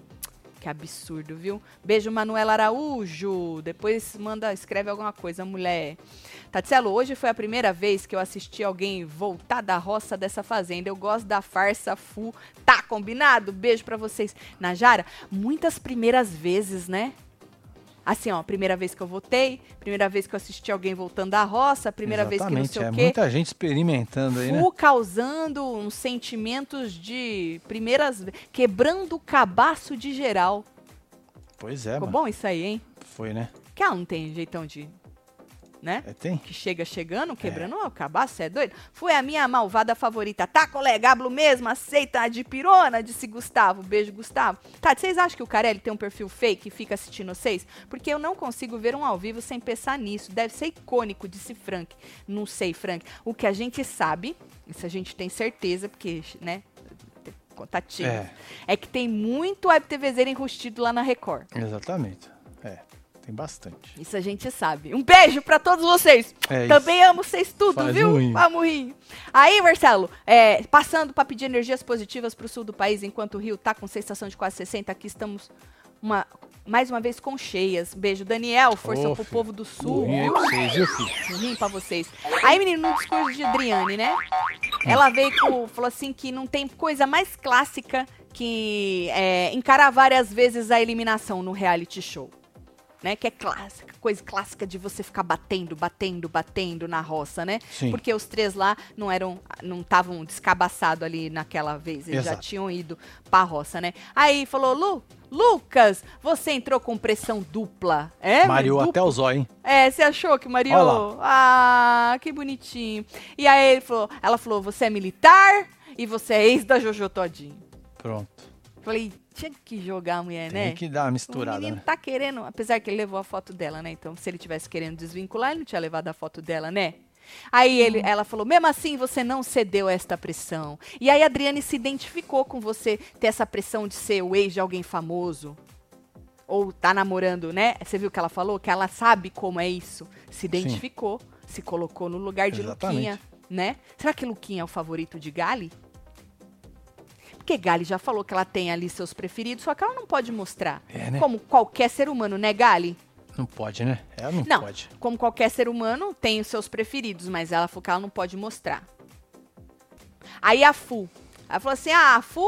S1: Que absurdo, viu? Beijo, Manuela Araújo. Depois manda, escreve alguma coisa, mulher. Tatselo, hoje foi a primeira vez que eu assisti alguém voltar da roça dessa fazenda. Eu gosto da farsa fu. Tá combinado? Beijo pra vocês. Najara, muitas primeiras vezes, né? Assim, ó, primeira vez que eu votei, primeira vez que eu assisti alguém voltando da roça, primeira vez que
S2: Exatamente,
S1: não sei
S2: é
S1: o quê.
S2: muita gente experimentando aí, né?
S1: Fu causando uns sentimentos de primeiras. ve- quebrando o cabaço de geral.
S2: Pois é,
S1: Ficou
S2: mano.
S1: bom isso aí, hein?
S2: Foi, né?
S1: Que ela não tem jeitão de. né?
S2: É, tem?
S1: Que chega chegando, quebrando o cabaço, é doido? Foi a minha malvada favorita. Tá, colega? Hablo mesmo? Aceita a de pirona? Disse Gustavo. Beijo, Gustavo. Tati, vocês acham que o Carelli tem um perfil fake e fica assistindo vocês? Porque eu não consigo ver um ao vivo sem pensar nisso. Deve ser icônico, disse Frank. Não sei, Frank. O que a gente sabe, isso a gente tem certeza, porque, né? tem Contatinho.
S2: É.
S1: É. que tem muito web TVZ enrustido lá na Record.
S2: Exatamente. É. Tem bastante.
S1: Isso a gente sabe. Um beijo pra todos vocês.
S2: É
S1: Também amo vocês tudo,
S2: Faz
S1: viu?
S2: um rim.
S1: Amorrinho. Aí, Marcelo, é, passando pra pedir energias positivas pro sul do país, enquanto o Rio tá com sensação de quase 60, aqui estamos uma- mais uma vez com cheias. Beijo, Daniel. Força
S2: Ô,
S1: pro
S2: filho,
S1: povo do sul.
S2: Burrinho aí
S1: viu?
S2: pra vocês, viu, filho?
S1: Um rim pra vocês. Aí, menino, no discurso de Adriane, né? Ela veio com, falou assim que não tem coisa mais clássica que é, encarar várias vezes a eliminação no reality show. Né? Que é clássica, coisa clássica de você ficar batendo, batendo, batendo na roça, né?
S2: Sim.
S1: Porque os três lá não eram, não estavam descabaçados ali naquela vez. Eles já
S2: Exato.
S1: tinham ido pra roça, né? Aí falou, Lu, Lucas, você entrou com pressão dupla. É,
S2: Mariou
S1: dupla?
S2: até o zóio, hein?
S1: É, você achou que Mario?
S2: Olha
S1: Ah, que bonitinho. E aí ele falou, ela falou, você é militar e você é ex da Jojo Todinho.
S2: Pronto.
S1: Falei, tinha que jogar a mulher, né?
S2: Tem que dar uma
S1: o
S2: misturada,
S1: menino
S2: né?
S1: tá querendo, apesar que ele levou a foto dela, né? Então, se ele tivesse querendo desvincular, ele não tinha levado a foto dela, né? Aí ele,
S2: Uhum.
S1: ela falou, mesmo assim você não cedeu a esta pressão. E aí a Adriane se identificou com você ter essa pressão de ser o ex de alguém famoso. Ou tá namorando, né? Você viu o que ela falou? Que ela sabe como é isso. Se identificou, se colocou no lugar de
S2: Exatamente.
S1: Luquinha, né? Será que Luquinha é o favorito de Gali? Porque Gali já falou que ela tem ali seus preferidos, só que ela não pode mostrar.
S2: É, né?
S1: Como qualquer ser humano, né, Gali?
S2: Não pode, né? Ela não,
S1: Não.
S2: pode.
S1: Como qualquer ser humano, tem os seus preferidos, mas ela falou que ela não pode mostrar. Aí a Fu. Ela falou assim: ah, a Fu,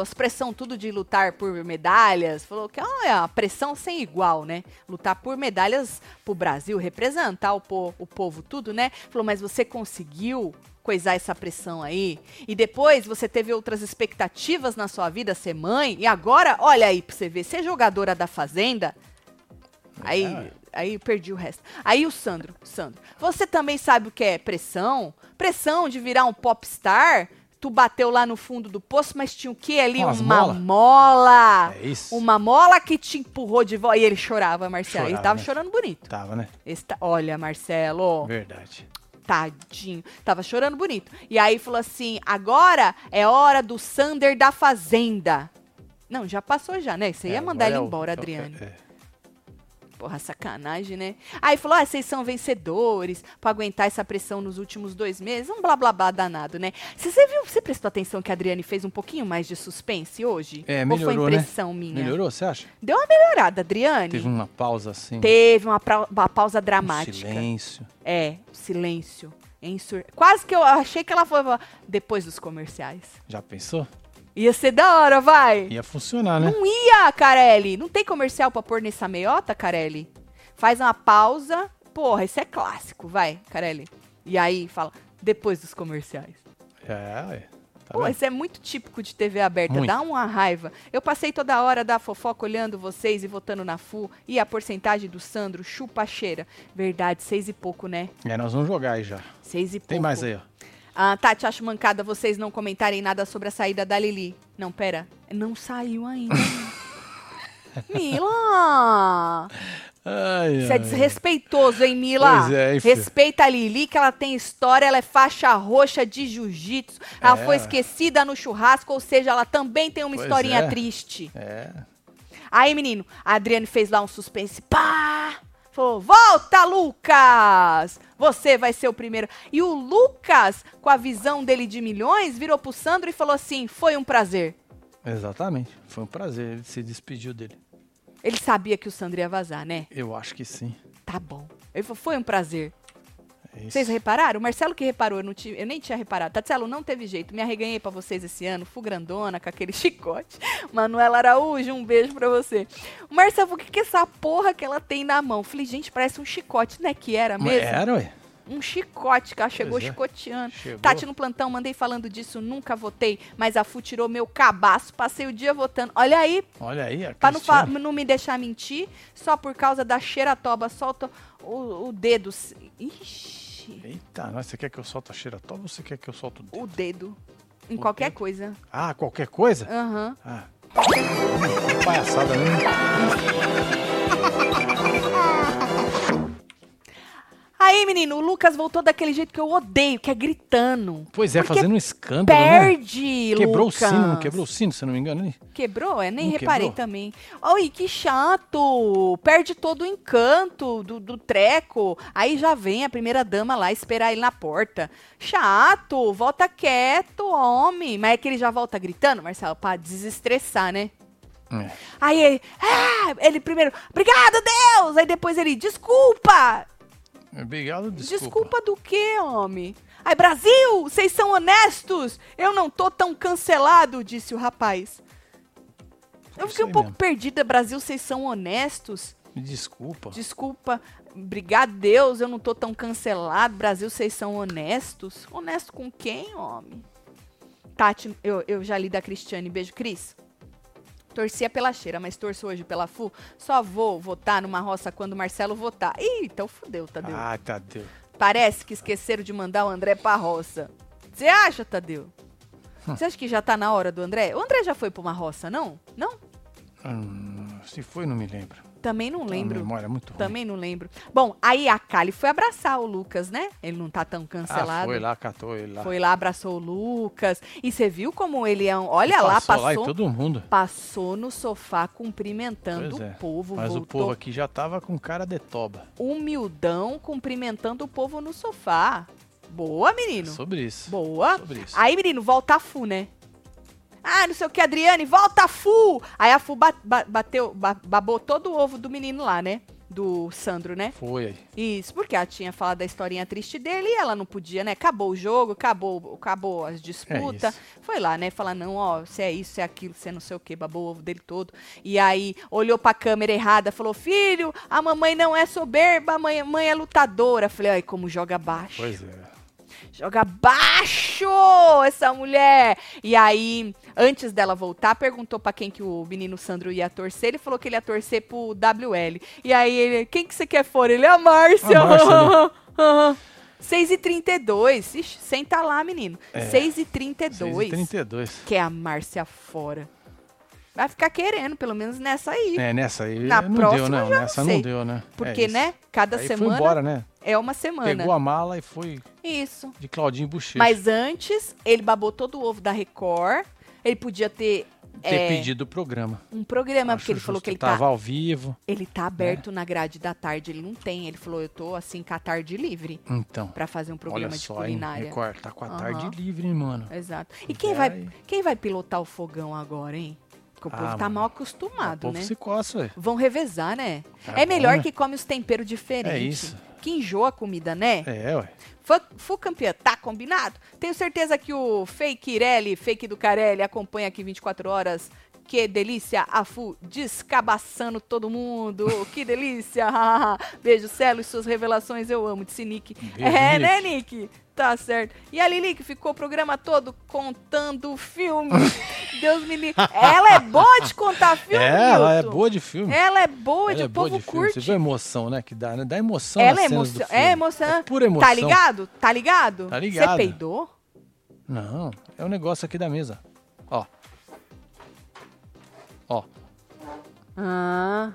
S1: as pressão tudo de lutar por medalhas. Falou que ah, é uma pressão sem igual, né? Lutar por medalhas pro Brasil, representar o, po- o povo, tudo, né? Falou, mas você conseguiu coisar essa pressão aí? E depois você teve outras expectativas na sua vida, ser mãe? E agora, olha aí pra você ver, ser jogadora da Fazenda? Aí,
S2: É.
S1: aí eu perdi o resto. Aí o Sandro, Sandro, você também sabe o que é pressão? Pressão de virar um popstar? Tu bateu lá no fundo do poço, mas tinha o que ali?
S2: Umas
S1: uma
S2: mola.
S1: mola.
S2: É isso.
S1: Uma mola que te empurrou de volta. E ele chorava, Marcelo. ele
S2: Chorava,
S1: tava
S2: né?
S1: chorando bonito.
S2: Tava, né?
S1: Esse tá- Olha, Marcelo.
S2: Verdade.
S1: Tadinho. Tava chorando bonito. E aí falou assim: agora é hora do Sander da Fazenda. Não, já passou já, né? Você ia
S2: É,
S1: mandar
S2: agora
S1: ele
S2: é o-
S1: embora,
S2: é o-
S1: Adriane.
S2: é.
S1: Porra, sacanagem, né? Aí falou: ah, vocês são vencedores pra aguentar essa pressão nos últimos dois meses. Um blá blá blá danado, né? Você, você viu, você prestou atenção que a Adriane fez um pouquinho mais de suspense hoje?
S2: É,
S1: Ou
S2: melhorou,
S1: foi
S2: né?
S1: impressão minha?
S2: Melhorou, você acha?
S1: Deu uma melhorada, Adriane.
S2: Teve uma pausa assim.
S1: Teve uma, pra- uma pausa
S2: um
S1: dramática.
S2: silêncio.
S1: é, silêncio. Ensur... Quase que eu achei que ela foi depois dos comerciais.
S2: Já pensou?
S1: Ia ser da hora, vai!
S2: Ia funcionar, né?
S1: Não ia, Carelli. Não tem comercial pra pôr nessa meiota, Carelli? Faz uma pausa. Porra, isso é clássico. Vai, Carelli. E aí fala, depois dos comerciais.
S2: É, ué. Tá
S1: Pô,
S2: vendo?
S1: isso é muito típico de TV aberta.
S2: Muito.
S1: Dá uma raiva. Eu passei toda hora da fofoca olhando vocês e votando na FU. E a porcentagem do Sandro chupa a cheira. Verdade, seis e pouco, né?
S2: É, nós vamos jogar aí já.
S1: Seis e pouco.
S2: Tem mais aí, ó.
S1: Ah, Tati, acho mancada vocês não comentarem nada sobre a saída da Lili. Não, pera. Não saiu ainda. Mila!
S2: Ai,
S1: Isso é
S2: ai.
S1: desrespeitoso, hein, Mila?
S2: Pois é, hein, filho?
S1: Respeita a Lili, que ela tem história, ela é faixa roxa de jiu-jitsu. Ela
S2: É,
S1: foi
S2: ué.
S1: esquecida no churrasco, ou seja, ela também tem uma
S2: Pois
S1: historinha
S2: é.
S1: triste.
S2: É,
S1: Aí, menino, a Adriane fez lá um suspense. Pá! Falou, volta, Lucas! Você vai ser o primeiro. E o Lucas, com a visão dele de milhões, virou pro Sandro e falou assim: foi um prazer.
S2: exatamente. Foi um prazer. Ele se despediu dele.
S1: Ele sabia que o Sandro ia vazar, né?
S2: Eu acho que sim.
S1: Tá bom. Ele falou, foi um prazer.
S2: É isso.
S1: Vocês repararam? O Marcelo que reparou, eu, não tive- eu nem tinha reparado. Tatielo, não teve jeito. Me arreganhei pra vocês esse ano. Fui grandona, com aquele chicote. Manuela Araújo, um beijo pra você. O Marcelo, falou, o que que é essa porra que ela tem na mão? Falei, gente, parece um chicote, né? Que era
S2: Mas
S1: mesmo?
S2: Era, ué.
S1: Um chicote, que ela chegou
S2: é.
S1: chicoteando.
S2: Chegou.
S1: Tati no plantão, mandei falando disso, nunca votei, mas a FU tirou meu cabaço, passei o dia votando. Olha aí,
S2: Olha aí, a
S1: Pra não, fa-
S2: Cristiane.
S1: não me deixar mentir, só por causa da cheiratoba, solta o, o dedo. Ixi,
S2: Eita, nós, você quer que eu solto a xeratoma ou você quer que eu solto o dedo?
S1: o dedo. Em
S2: O
S1: qualquer
S2: dedo?
S1: coisa.
S2: Ah, qualquer coisa?
S1: Aham.
S2: Ah. Palhaçada né? mesmo.
S1: Aí, menino, o Lucas voltou daquele jeito que eu odeio, que é gritando.
S2: Pois é,
S1: Porque
S2: fazendo um escândalo, né?
S1: Perde,
S2: Quebrou
S1: Lucas.
S2: o sino, não quebrou o sino, se eu não me engano. né?
S1: Quebrou? É, nem
S2: Não
S1: reparei
S2: quebrou?
S1: também. Oi, que chato! Perde todo o encanto do, do treco. Aí já vem a primeira dama lá esperar ele na porta. Chato! Volta quieto, homem. Mas é que ele já volta gritando, Marcelo, pra desestressar, né?
S2: É.
S1: Aí ele, ah! ele primeiro, obrigado, Deus! Aí depois ele, desculpa!
S2: Obrigado, desculpa.
S1: Desculpa do quê, homem? Ai, Brasil, vocês são honestos! Eu não tô tão cancelado, disse o rapaz.
S2: É
S1: Eu
S2: isso
S1: fiquei um
S2: aí
S1: pouco
S2: mesmo.
S1: perdida, Brasil, vocês são honestos.
S2: Me desculpa.
S1: Desculpa, obrigado Deus, eu não tô tão cancelado. Brasil, vocês são honestos. Honesto com quem, homem? Tati, eu, eu já li da Cristiane. Beijo, Cris. Torcia pela cheira, mas torço hoje pela FU. Só vou votar numa roça quando o Marcelo votar. Ih, então fudeu, Tadeu.
S2: Ah, Tadeu.
S1: Parece que esqueceram de mandar o André pra roça. Você acha, Tadeu?
S2: Hum.
S1: Você acha que já tá na hora do André? O André já foi pra uma roça, não? Não?
S2: Hum, se foi, não me lembro.
S1: Também não
S2: A
S1: lembro.
S2: memória é muito ruim.
S1: Também não lembro. Bom, aí a Kali foi abraçar o Lucas, né? Ele não tá tão
S2: Ah,
S1: cancelado.
S2: foi lá, catou ele lá.
S1: Foi lá, abraçou o Lucas. E você viu como ele é um. Olha
S2: Ele
S1: lá,
S2: passou
S1: passou.
S2: lá em todo mundo.
S1: Passou no sofá cumprimentando
S2: Pois é.
S1: o povo,
S2: Mas
S1: voltou
S2: o povo aqui já tava com cara de toba.
S1: humildão, cumprimentando o povo no sofá. Boa,
S2: É
S1: menino.
S2: sobre isso.
S1: Boa.
S2: Sobre isso.
S1: Aí, menino, volta a Fu, né? Ah, não sei o que, Adriane, volta a Fu! Aí a Fu ba- ba- bateu, ba- babou todo o ovo do menino lá, né? Do Sandro, né?
S2: Foi aí.
S1: Isso, porque ela tinha falado da historinha triste dele e ela não podia, né? Acabou o jogo, acabou, acabou as
S2: É
S1: disputas.
S2: isso.
S1: Foi lá, né? Falar, não, ó, você é isso, você é aquilo, você é não sei o quê, babou o ovo dele todo. E aí olhou pra câmera errada, falou: Filho, a mamãe não é soberba, a mãe, mãe é lutadora. Falei, ai, como joga baixo.
S2: Pois é.
S1: Joga baixo essa mulher. E aí, antes dela voltar, perguntou pra quem que o menino Sandro ia torcer. Ele falou que ele ia torcer pro WL. E aí ele, quem que você quer for? Ele, a Márcia.
S2: A Márcia,
S1: 6h32. Ixi, senta lá, menino.
S2: É.
S1: 6h32.
S2: 6h32.
S1: Que é a Márcia fora. Vai ficar querendo, pelo menos nessa aí.
S2: É, nessa aí
S1: Na
S2: não
S1: próxima
S2: deu, não.
S1: eu já
S2: Nessa
S1: não sei.
S2: não deu, né? É
S1: Porque,
S2: isso.
S1: né, cada
S2: Aí
S1: semana
S2: foi embora, né?
S1: é uma semana.
S2: Pegou a mala e foi
S1: Isso.
S2: de Claudinho Buchecha.
S1: Mas antes, ele babou todo o ovo da Record. Ele podia ter,
S2: ter
S1: é,
S2: pedido o programa.
S1: um programa,
S2: Acho
S1: porque ele falou
S2: justo.
S1: que ele
S2: tava É.
S1: tá,
S2: ao vivo.
S1: ele tá aberto na grade da tarde, ele não tem. Ele falou, eu tô assim com a tarde livre
S2: Então,
S1: pra fazer um
S2: olha
S1: programa de
S2: só, hein?
S1: culinária.
S2: Record, tá com a tarde
S1: Aham.
S2: livre, hein, mano.
S1: Exato. E quem
S2: Vai.
S1: vai, quem vai pilotar o fogão agora, hein? Porque o
S2: Ah,
S1: povo tá
S2: mano.
S1: mal
S2: o
S1: acostumado,
S2: povo
S1: né?
S2: se coça, velho.
S1: Vão revezar, né?
S2: Tá
S1: é
S2: bom,
S1: melhor
S2: né?
S1: que come os temperos diferentes.
S2: É isso.
S1: Que enjoa a comida, né?
S2: É, ué.
S1: Fu- Fu campeã, tá combinado? Tenho certeza que o fake Irelli, fake do Carelli, acompanha aqui 24 horas. Que delícia, a Fu descabaçando todo mundo. Que delícia. Beijo, Celo, e suas revelações eu amo, disse Nick.
S2: Beijo,
S1: É,
S2: Nick.
S1: né, Nick? Tá certo. E a Lili, que ficou o programa todo contando filme. Deus me livre. Ela é boa de contar filme,
S2: é, ela é
S1: Milton.
S2: boa de filme.
S1: Ela é boa, de,
S2: Ela é
S1: o
S2: boa
S1: povo
S2: de filme. Você
S1: curte.
S2: viu a emoção, né? Que dá, né? Dá emoção
S1: Ela é,
S2: nas cenas
S1: emocio...
S2: do filme.
S1: é emoção.
S2: É pura emoção.
S1: Tá ligado? Tá ligado?
S2: Tá ligado.
S1: Você peidou?
S2: Não, é um negócio aqui da mesa. Ó. Ó.
S1: Ah.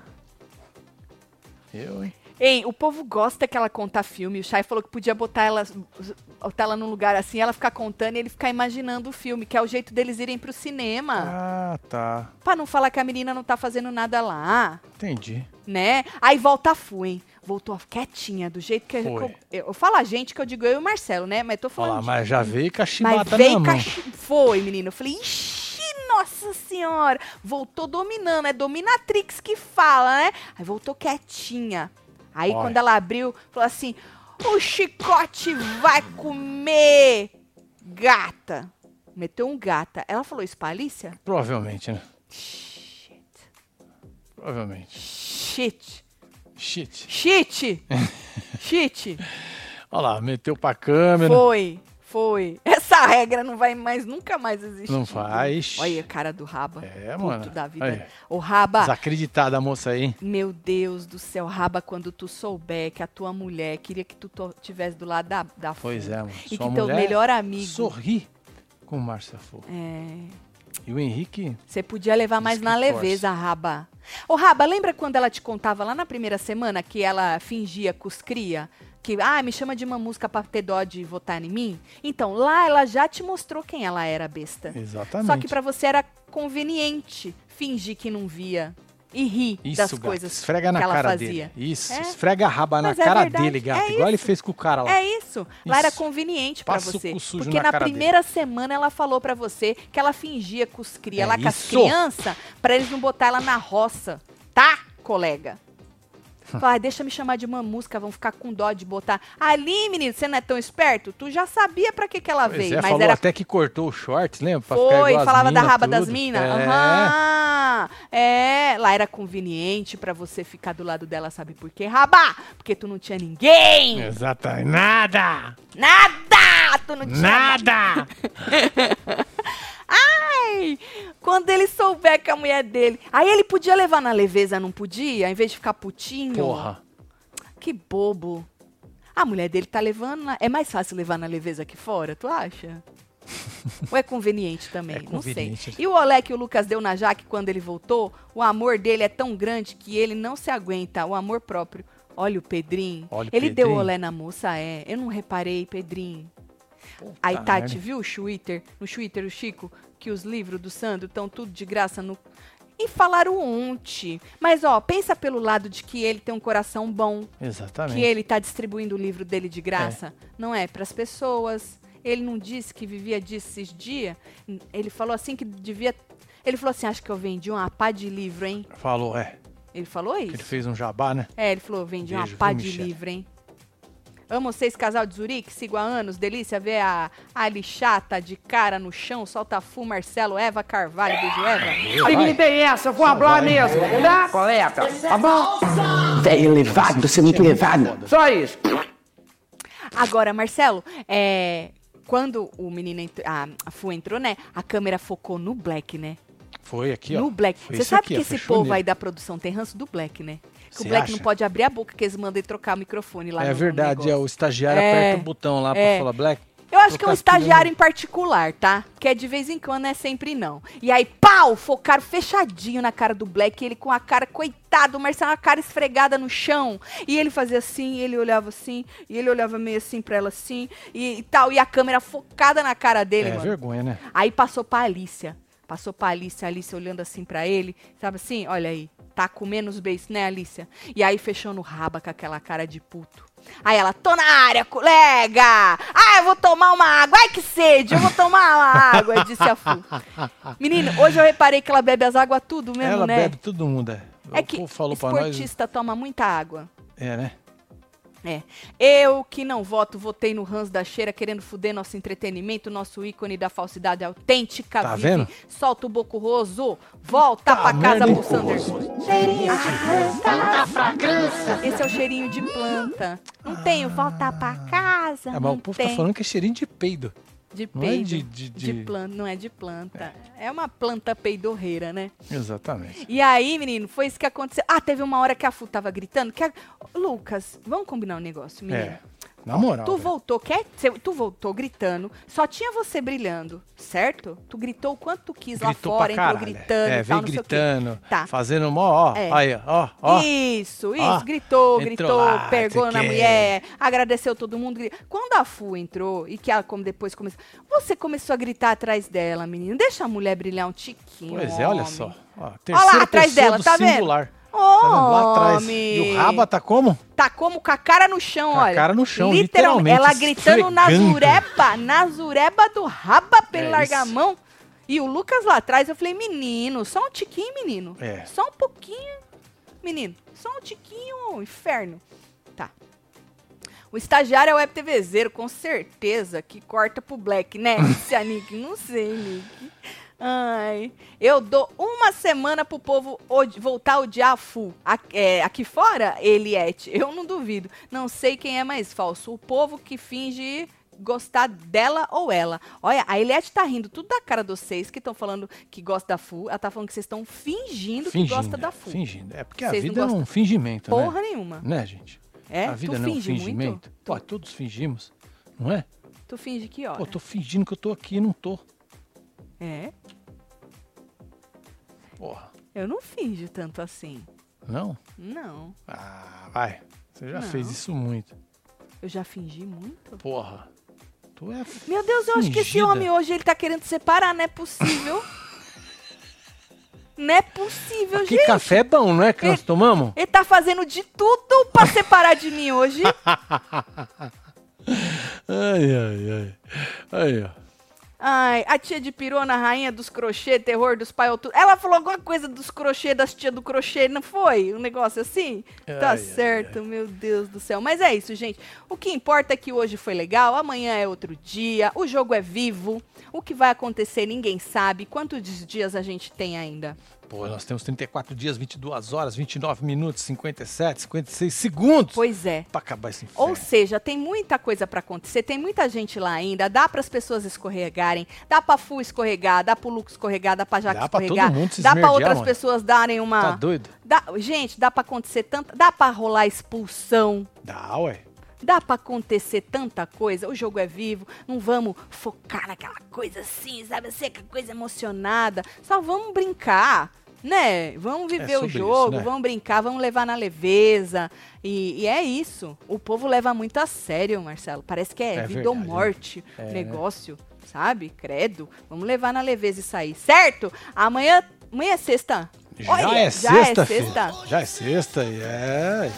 S2: Eu, hein?
S1: Ei, o povo gosta que ela conta filme. O Chay falou que podia botar ela, botar ela num lugar assim, ela ficar contando e ele ficar imaginando o filme, que é o jeito deles irem pro cinema.
S2: Ah, tá.
S1: Pra não falar que a menina não tá fazendo nada lá,
S2: Entendi.
S1: né? Aí volta a Fu, hein? Voltou quietinha, do jeito que...
S2: Foi.
S1: Eu, eu falo a gente, que eu digo eu e o Marcelo, né? Mas tô
S2: Olha
S1: falando
S2: lá,
S1: de-
S2: mas já veio com a
S1: Mas
S2: chibata na
S1: veio
S2: mão.
S1: cachi... Foi, menino. Eu falei, ixi, nossa senhora. Voltou dominando, é dominatrix que fala, né? Aí voltou quietinha. Aí
S2: Olha.
S1: quando ela abriu, falou assim, o chicote vai comer, gata. Meteu um gata. Ela falou isso pra Alicia?
S2: Provavelmente, né?
S1: Shit.
S2: Provavelmente.
S1: Shit.
S2: Shit.
S1: Shit. Shit.
S2: Olha lá, meteu pra câmera.
S1: Foi. Foi. Essa regra não vai mais, nunca mais existir.
S2: Não vai, ixi.
S1: Olha a cara do Raba.
S2: É,
S1: Puto
S2: mano.
S1: da vida.
S2: Aí.
S1: O Raba,
S2: Desacreditada a moça aí, hein?
S1: meu Deus do céu, Raba, quando tu souber que a tua mulher queria que tu to- tivesse do lado da, da
S2: Pois
S1: Fu
S2: é, mano.
S1: E
S2: Sua
S1: que teu
S2: mulher
S1: melhor amigo.
S2: Sorri com Márcia Fogo.
S1: É.
S2: E o Henrique,
S1: Você podia levar mais
S2: que
S1: na
S2: força.
S1: leveza, Raba. Ô, Raba, lembra quando ela te contava lá na primeira semana que ela fingia cuscria? Que, ah, me chama de uma música pra ter dó de votar em mim? Então, lá ela já te mostrou quem ela era, besta.
S2: exatamente.
S1: Só que pra você era conveniente fingir que não via e rir
S2: Isso,
S1: das
S2: gato,
S1: coisas
S2: esfrega na
S1: que ela
S2: cara
S1: fazia.
S2: dele. Isso,
S1: É.
S2: esfrega a raba na
S1: Mas é
S2: cara
S1: verdade,
S2: dele, gato.
S1: é
S2: Igual ele
S1: isso.
S2: fez com o cara lá.
S1: É isso. Lá
S2: Isso.
S1: era conveniente pra
S2: Passa o
S1: você.
S2: cu sujo
S1: Porque
S2: na
S1: na,
S2: cara
S1: primeira semana ela falou pra você que ela fingia cuscria
S2: É
S1: lá com as
S2: isso.
S1: crianças pra eles não botar ela na roça. Tá, colega? Fala, "Ah, deixa me chamar de mamusca, vão ficar com dó de botar. Ali, menino, você não é tão esperto? Tu já sabia pra que, que ela
S2: Pois
S1: veio,
S2: é,
S1: mas
S2: falou
S1: era
S2: até que cortou o shorts, lembra? Pra ficar
S1: foi,
S2: igual as
S1: falava da
S2: mina,
S1: raba das
S2: tudo.
S1: minas.
S2: É.
S1: Aham. É, lá era conveniente pra você ficar do lado dela, sabe por quê? Raba! Porque tu não tinha
S2: É.
S1: ninguém!
S2: Exatamente. Nada!
S1: Nada! Tu não tinha
S2: Nada!
S1: Ai! Quando ele souber que a mulher dele. Aí ele podia levar na leveza, não podia? Ao invés de ficar putinho?
S2: Porra.
S1: Que bobo. A mulher dele tá levando. Na... É mais fácil levar na leveza aqui fora, tu acha? Ou é conveniente também?
S2: É conveniente.
S1: Não sei. E o olé que o Lucas deu na Jaque quando ele voltou, o amor dele é tão grande que ele não se aguenta, o amor próprio. Olha o Pedrinho.
S2: Olha o
S1: ele deu
S2: Pedrinho.
S1: olé na moça, é. Eu não reparei, Pedrinho.
S2: Puta
S1: Aí, Tati,
S2: merda.
S1: viu o Twitter, no Twitter, o Chico, que os livros do Sandro estão tudo de graça no. E falaram ontem. Mas, ó, pensa pelo lado de que ele tem um coração bom,
S2: Exatamente.
S1: que ele tá distribuindo o livro dele de graça. Não é pras pessoas. Ele não disse que vivia disso esses dias. Ele falou assim que devia. Ele falou assim: acho que eu vendi uma pá de livro, hein?
S2: Falou, é.
S1: Ele falou
S2: que Ele
S1: isso?
S2: fez um jabá, né?
S1: É, ele falou: vendi uma
S2: Beijo,
S1: pá
S2: viu,
S1: de
S2: Michele?
S1: livro, hein? Amo vocês, casal de Zurique, sigo há anos, delícia ver a Ali chata de cara no chão, solta fumo, Marcelo, Eva Carvalho, beijo, Eva.
S3: Ninguém tem essa, eu vou falar mesmo, tá, colega? Tá bom?
S4: Velho elevado, você é muito elevado.
S3: Só isso.
S1: Agora, Marcelo, é, quando o menino, ent- a, a Fu entrou, né, a câmera focou no Black, né?
S2: Foi aqui, ó.
S1: No Black.
S2: Foi
S1: Você
S2: isso
S1: sabe
S2: aqui,
S1: que
S2: ó,
S1: esse
S2: fechou
S1: povo
S2: nele.
S1: aí da produção tem ranço do Black, né? Que
S2: Cê
S1: o Black não
S2: acha?
S1: pode abrir a boca, que eles mandam ele trocar o microfone lá. no-
S2: É
S1: no
S2: verdade, é,
S1: negócio.
S2: o estagiário
S1: É,
S2: aperta o botão lá pra
S1: é.
S2: falar black.
S1: Eu acho que é um
S2: Trocar né? as
S1: estagiário em particular, tá? Que é de vez em quando, não é sempre não. E aí, pau, focaram fechadinho na cara do Black, ele com a cara, coitado, o Marcelo, a cara esfregada no chão. E ele fazia assim, e ele olhava assim, e ele olhava meio assim pra ela assim, e, e tal. E a câmera focada na cara dele,
S2: É
S1: mano.
S2: vergonha, né?
S1: Aí passou pra Alicia. Passou pra Alicia, a Alicia olhando assim pra ele, sabe assim? Olha aí, tá com menos beijo, né, Alicia? E aí fechando o raba com aquela cara de puto. Aí ela, tô na área, colega! Ah, eu vou tomar uma água! Ai, que sede! Eu vou tomar uma água, disse a Fu. Menino, hoje eu reparei que ela bebe as águas tudo mesmo,
S2: Ela
S1: né?
S2: bebe todo mundo, é.
S1: é
S2: O
S1: que
S2: povo falou pra nós. né?
S1: esportista toma muita água.
S2: É, né?
S1: É. Eu que não voto, votei no Hans da Cheira, querendo fuder nosso entretenimento, nosso ícone da falsidade autêntica.
S2: Tá
S1: vive,
S2: vendo? Tá
S1: Solta o Bocurroso, volta pra casa pro Sander. Esse é o cheirinho de planta. Não tenho, volta pra casa.
S2: É, mas
S1: não
S2: o povo tá
S1: tem.
S2: falando que é cheirinho de peido.
S1: de
S2: não é
S1: peido.
S2: de- de- de-
S1: planta, não é de planta. É. uma planta peidorreira, né?
S2: Exatamente.
S1: E aí, menino, foi isso que aconteceu. Ah, teve uma hora que a Fu tava gritando. Que a- Lucas, vamos combinar um negócio, menino.
S2: É. Na moral.
S1: Tu
S2: velho.
S1: voltou, quer, cê- tu voltou gritando, só tinha você brilhando, certo? Tu gritou o quanto tu quis
S2: Gritou
S1: lá fora,
S2: pra
S1: entrou
S2: caralho.
S1: gritando
S2: é,
S1: e
S2: vem
S1: tal, não sei o
S2: gritando.
S1: quê. Tá.
S2: Fazendo mó, ó.
S1: É.
S2: Aí, ó, ó.
S1: Isso, isso,
S2: Ó,
S1: gritou,
S2: entrou
S1: gritou,
S2: lá,
S1: pegou
S2: sei
S1: na
S2: quê.
S1: mulher, agradeceu todo mundo. gri- Quando a Fu entrou e que ela como depois começou, você começou a gritar atrás dela, menino. Deixa a mulher brilhar um tiquinho.
S2: Pois é, olha
S1: homem.
S2: só. Ó, terceira
S1: atrás
S2: pessoa
S1: dela,
S2: do
S1: tá vendo?
S2: singular.
S1: Ô,
S2: Tá vendo? Lá atrás.
S1: homem.
S2: E o raba tá como?
S1: Tá como com a cara no chão,
S2: Com a
S1: olha.
S2: cara no chão, literalmente,
S1: Ela gritando na
S2: esfregando.
S1: zureba, na zureba do raba pra ele
S2: É
S1: largar a
S2: isso.
S1: mão. E o Lucas lá atrás, eu falei, menino, só um tiquinho, menino.
S2: É.
S1: Só um pouquinho, menino. Só um tiquinho, ô, inferno. Tá. O estagiário é o WebTVZero, com certeza, que corta pro Black, né? Disse a Nick. Não sei, Nick. Ai. Eu dou uma semana pro povo odi- voltar a odiar a Fu. A- é, aqui fora, Eliette, eu não duvido. Não sei quem é mais falso. O povo que finge gostar dela ou ela. Olha, a Eliette tá rindo tudo da cara dos seis que estão falando que gosta da Fu. Ela tá falando que vocês estão fingindo, que gosta
S2: é,
S1: da Fu.
S2: Fingindo. É porque a
S1: Vocês não
S2: vida é um
S1: gostam.
S2: fingimento,
S1: Porra
S2: né?
S1: nenhuma.
S2: Né, gente?
S1: É?
S2: a vida
S1: tu
S2: não é um
S1: finge muito?
S2: fingimento. Pô, todos fingimos, não é?
S1: Tu finge que hora?
S2: Pô, eu tô fingindo que eu tô aqui e não tô.
S1: É.
S2: Porra.
S1: Eu não finjo tanto assim.
S2: Não?
S1: Não.
S2: Ah, vai. Você já
S1: Não.
S2: fez isso muito.
S1: Eu já fingi muito?
S2: Porra. Tu é. f-
S1: Meu Deus, eu acho que esse
S2: Fingida.
S1: homem hoje ele tá querendo separar, não é possível. não é possível,
S2: Que
S1: gente.
S2: café é bom, não é? Que nós tomamos?
S1: Ele tá fazendo de tudo pra separar de mim hoje.
S2: Ai, ai, ai. Aí, ó.
S1: Ai, a tia de pirona, rainha dos crochê, terror dos pai outro. Ela falou alguma coisa dos crochê, das tia do crochê, não foi? Um negócio assim? tá
S2: Ai, ai,
S1: certo, meu Deus do céu. Mas é isso, gente. O que importa é que hoje foi legal, amanhã é outro dia, o jogo é vivo. O que vai acontecer, ninguém sabe. Quantos dias a gente tem ainda?
S2: Pô, nós temos 34 dias, 22 horas, 29 minutos, 57, 56 segundos.
S1: Pois é.
S2: Pra acabar esse inferno.
S1: Ou seja, tem muita coisa pra acontecer, tem muita gente lá ainda, dá para as pessoas escorregarem, dá pra Fu escorregar, dá pro Luke escorregar, dá pra Jaque
S2: Dá pra todo
S1: escorregar,
S2: mundo se
S1: dá pra
S2: esmerdear,
S1: outras
S2: mano.
S1: pessoas darem uma
S2: Tá doido?
S1: Dá- gente, dá pra acontecer tanta, dá pra rolar expulsão,
S2: Dá, ué.
S1: dá pra acontecer tanta coisa. O jogo é vivo, não vamos focar naquela coisa assim, sabe, assim, aquela coisa emocionada. Só vamos brincar, né? Vamos viver o
S2: sobre isso,
S1: jogo,
S2: né?
S1: vamos brincar, vamos levar na leveza. E, e é isso. O povo leva muito a sério, Marcelo. Parece que é,
S2: É
S1: vida ou
S2: verdade, né?
S1: morte,
S2: É, né?
S1: negócio, sabe? Credo. Vamos levar na leveza isso aí, certo? Amanhã, amanhã é sexta.
S2: Já
S1: Olha,
S2: é sexta,
S1: é
S2: filho.
S1: sexta.
S2: Já é sexta, e é.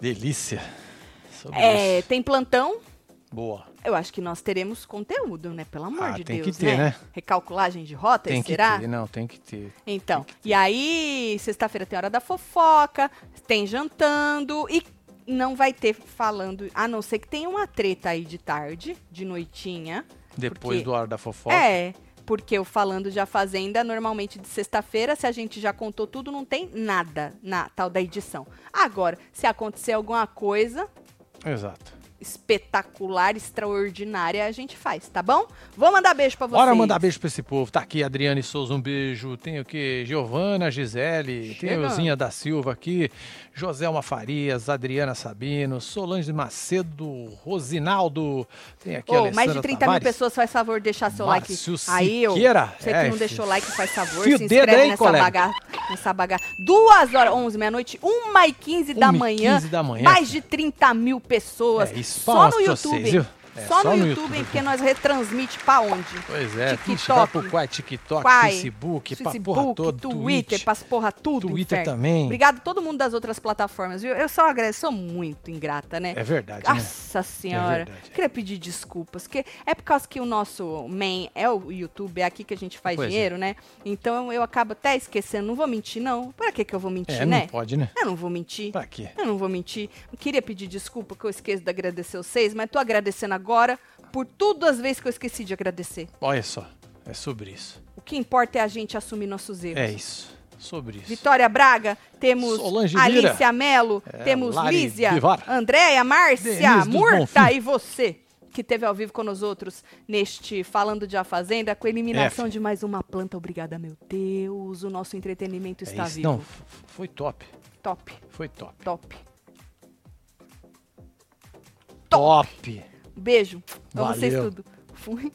S2: Delícia. Sobre
S1: É,
S2: isso.
S1: tem plantão.
S2: Boa.
S1: Eu acho que nós teremos conteúdo, né? Pelo amor
S2: Ah,
S1: de
S2: tem
S1: Deus,
S2: que ter, né?
S1: Recalculagem de rota,
S2: Tem que
S1: será?
S2: ter, não, tem que ter.
S1: Então, e aí, sexta-feira tem hora da fofoca, tem jantando e não vai ter falando, a não ser que tenha uma treta aí de tarde, de noitinha.
S2: Depois
S1: porque-
S2: do Hora da Fofoca.
S1: É, porque o falando de A Fazenda, normalmente de sexta-feira, se a gente já contou tudo, não tem nada na tal da edição. Agora, se acontecer alguma coisa, É.
S2: Exato.
S1: espetacular, extraordinária, a gente faz, tá bom? Vou mandar beijo pra vocês.
S2: Bora mandar beijo pra esse povo. Tá aqui Adriane Souza, um beijo. Tem o que? Giovana Gisele, tem a
S1: Chegando.
S2: Euzinha da Silva aqui, Joselma Farias, Adriana Sabino, Solange Macedo, Rosinaldo. Tem aqui a
S1: Ô,
S2: Alessandra
S1: mais de 30 mil
S2: Tavares.
S1: pessoas, faz favor, deixar seu
S2: Márcio
S1: like. Aí, eu,
S2: Siqueira.
S1: você
S2: É,
S1: que não
S2: fi-
S1: deixou like, faz favor,
S2: fio
S1: se
S2: dedo
S1: inscreve
S2: aí,
S1: nessa
S2: colega.
S1: bagaça. Nessa bagaça. Duas horas, 11, meia-noite, 1 e 15 da
S2: 1 e
S1: manhã.
S2: 15 da manhã,
S1: Mais de 30 mil pessoas.
S2: É, isso,
S1: só
S2: palmas
S1: no
S2: pra
S1: YouTube.
S2: vocês, viu? É,
S1: só,
S2: só
S1: no,
S2: no
S1: YouTube,
S2: YouTube.
S1: hein, porque nós retransmite pra onde?
S2: Pois é,
S1: TikTok.
S2: TikTok, vai pro Quai, TikTok,
S1: Quai,
S2: Facebook, pra porra
S1: Facebook,
S2: toda,
S1: Twitter, pras porra tudo,
S2: Twitter
S1: inferno.
S2: também.
S1: Obrigado a todo mundo das outras plataformas, viu? Eu sou agradeço, sou muito ingrata, né?
S2: É verdade, né?
S1: Nossa senhora.
S2: verdade.
S1: Queria pedir desculpas, porque é por causa que o nosso main é o YouTube, é aqui que a gente faz
S2: Pois é.
S1: dinheiro, né? Então eu acabo até esquecendo, não vou mentir não. Pra que que eu vou mentir,
S2: É, não
S1: né?
S2: pode, né?
S1: Eu não vou mentir.
S2: Pra quê?
S1: Eu não vou mentir. Eu queria pedir desculpa que eu esqueço de agradecer vocês, mas tô agradecendo agora por todas as vezes que eu esqueci de agradecer.
S2: Olha só, é sobre isso.
S1: O que importa é a gente assumir nossos erros.
S2: É isso, sobre isso.
S1: Vitória Braga, temos
S2: Solange Lira.
S1: Alicia Mello,
S2: É,
S1: temos
S2: Lari
S1: Lízia,
S2: Bivar.
S1: Andréia, Márcia,
S2: Denise dos
S1: Murta
S2: Bonfim.
S1: e você, que teve ao vivo com nós outros neste Falando de A Fazenda, com a eliminação
S2: F.
S1: de mais uma planta. Obrigada, meu Deus. O nosso entretenimento
S2: É
S1: está
S2: isso.
S1: vivo.
S2: Não, f- foi top,
S1: Top,
S2: foi top.
S1: top.
S2: Top!
S1: Beijo. Amo vocês
S2: Valeu.
S1: tudo. Fui.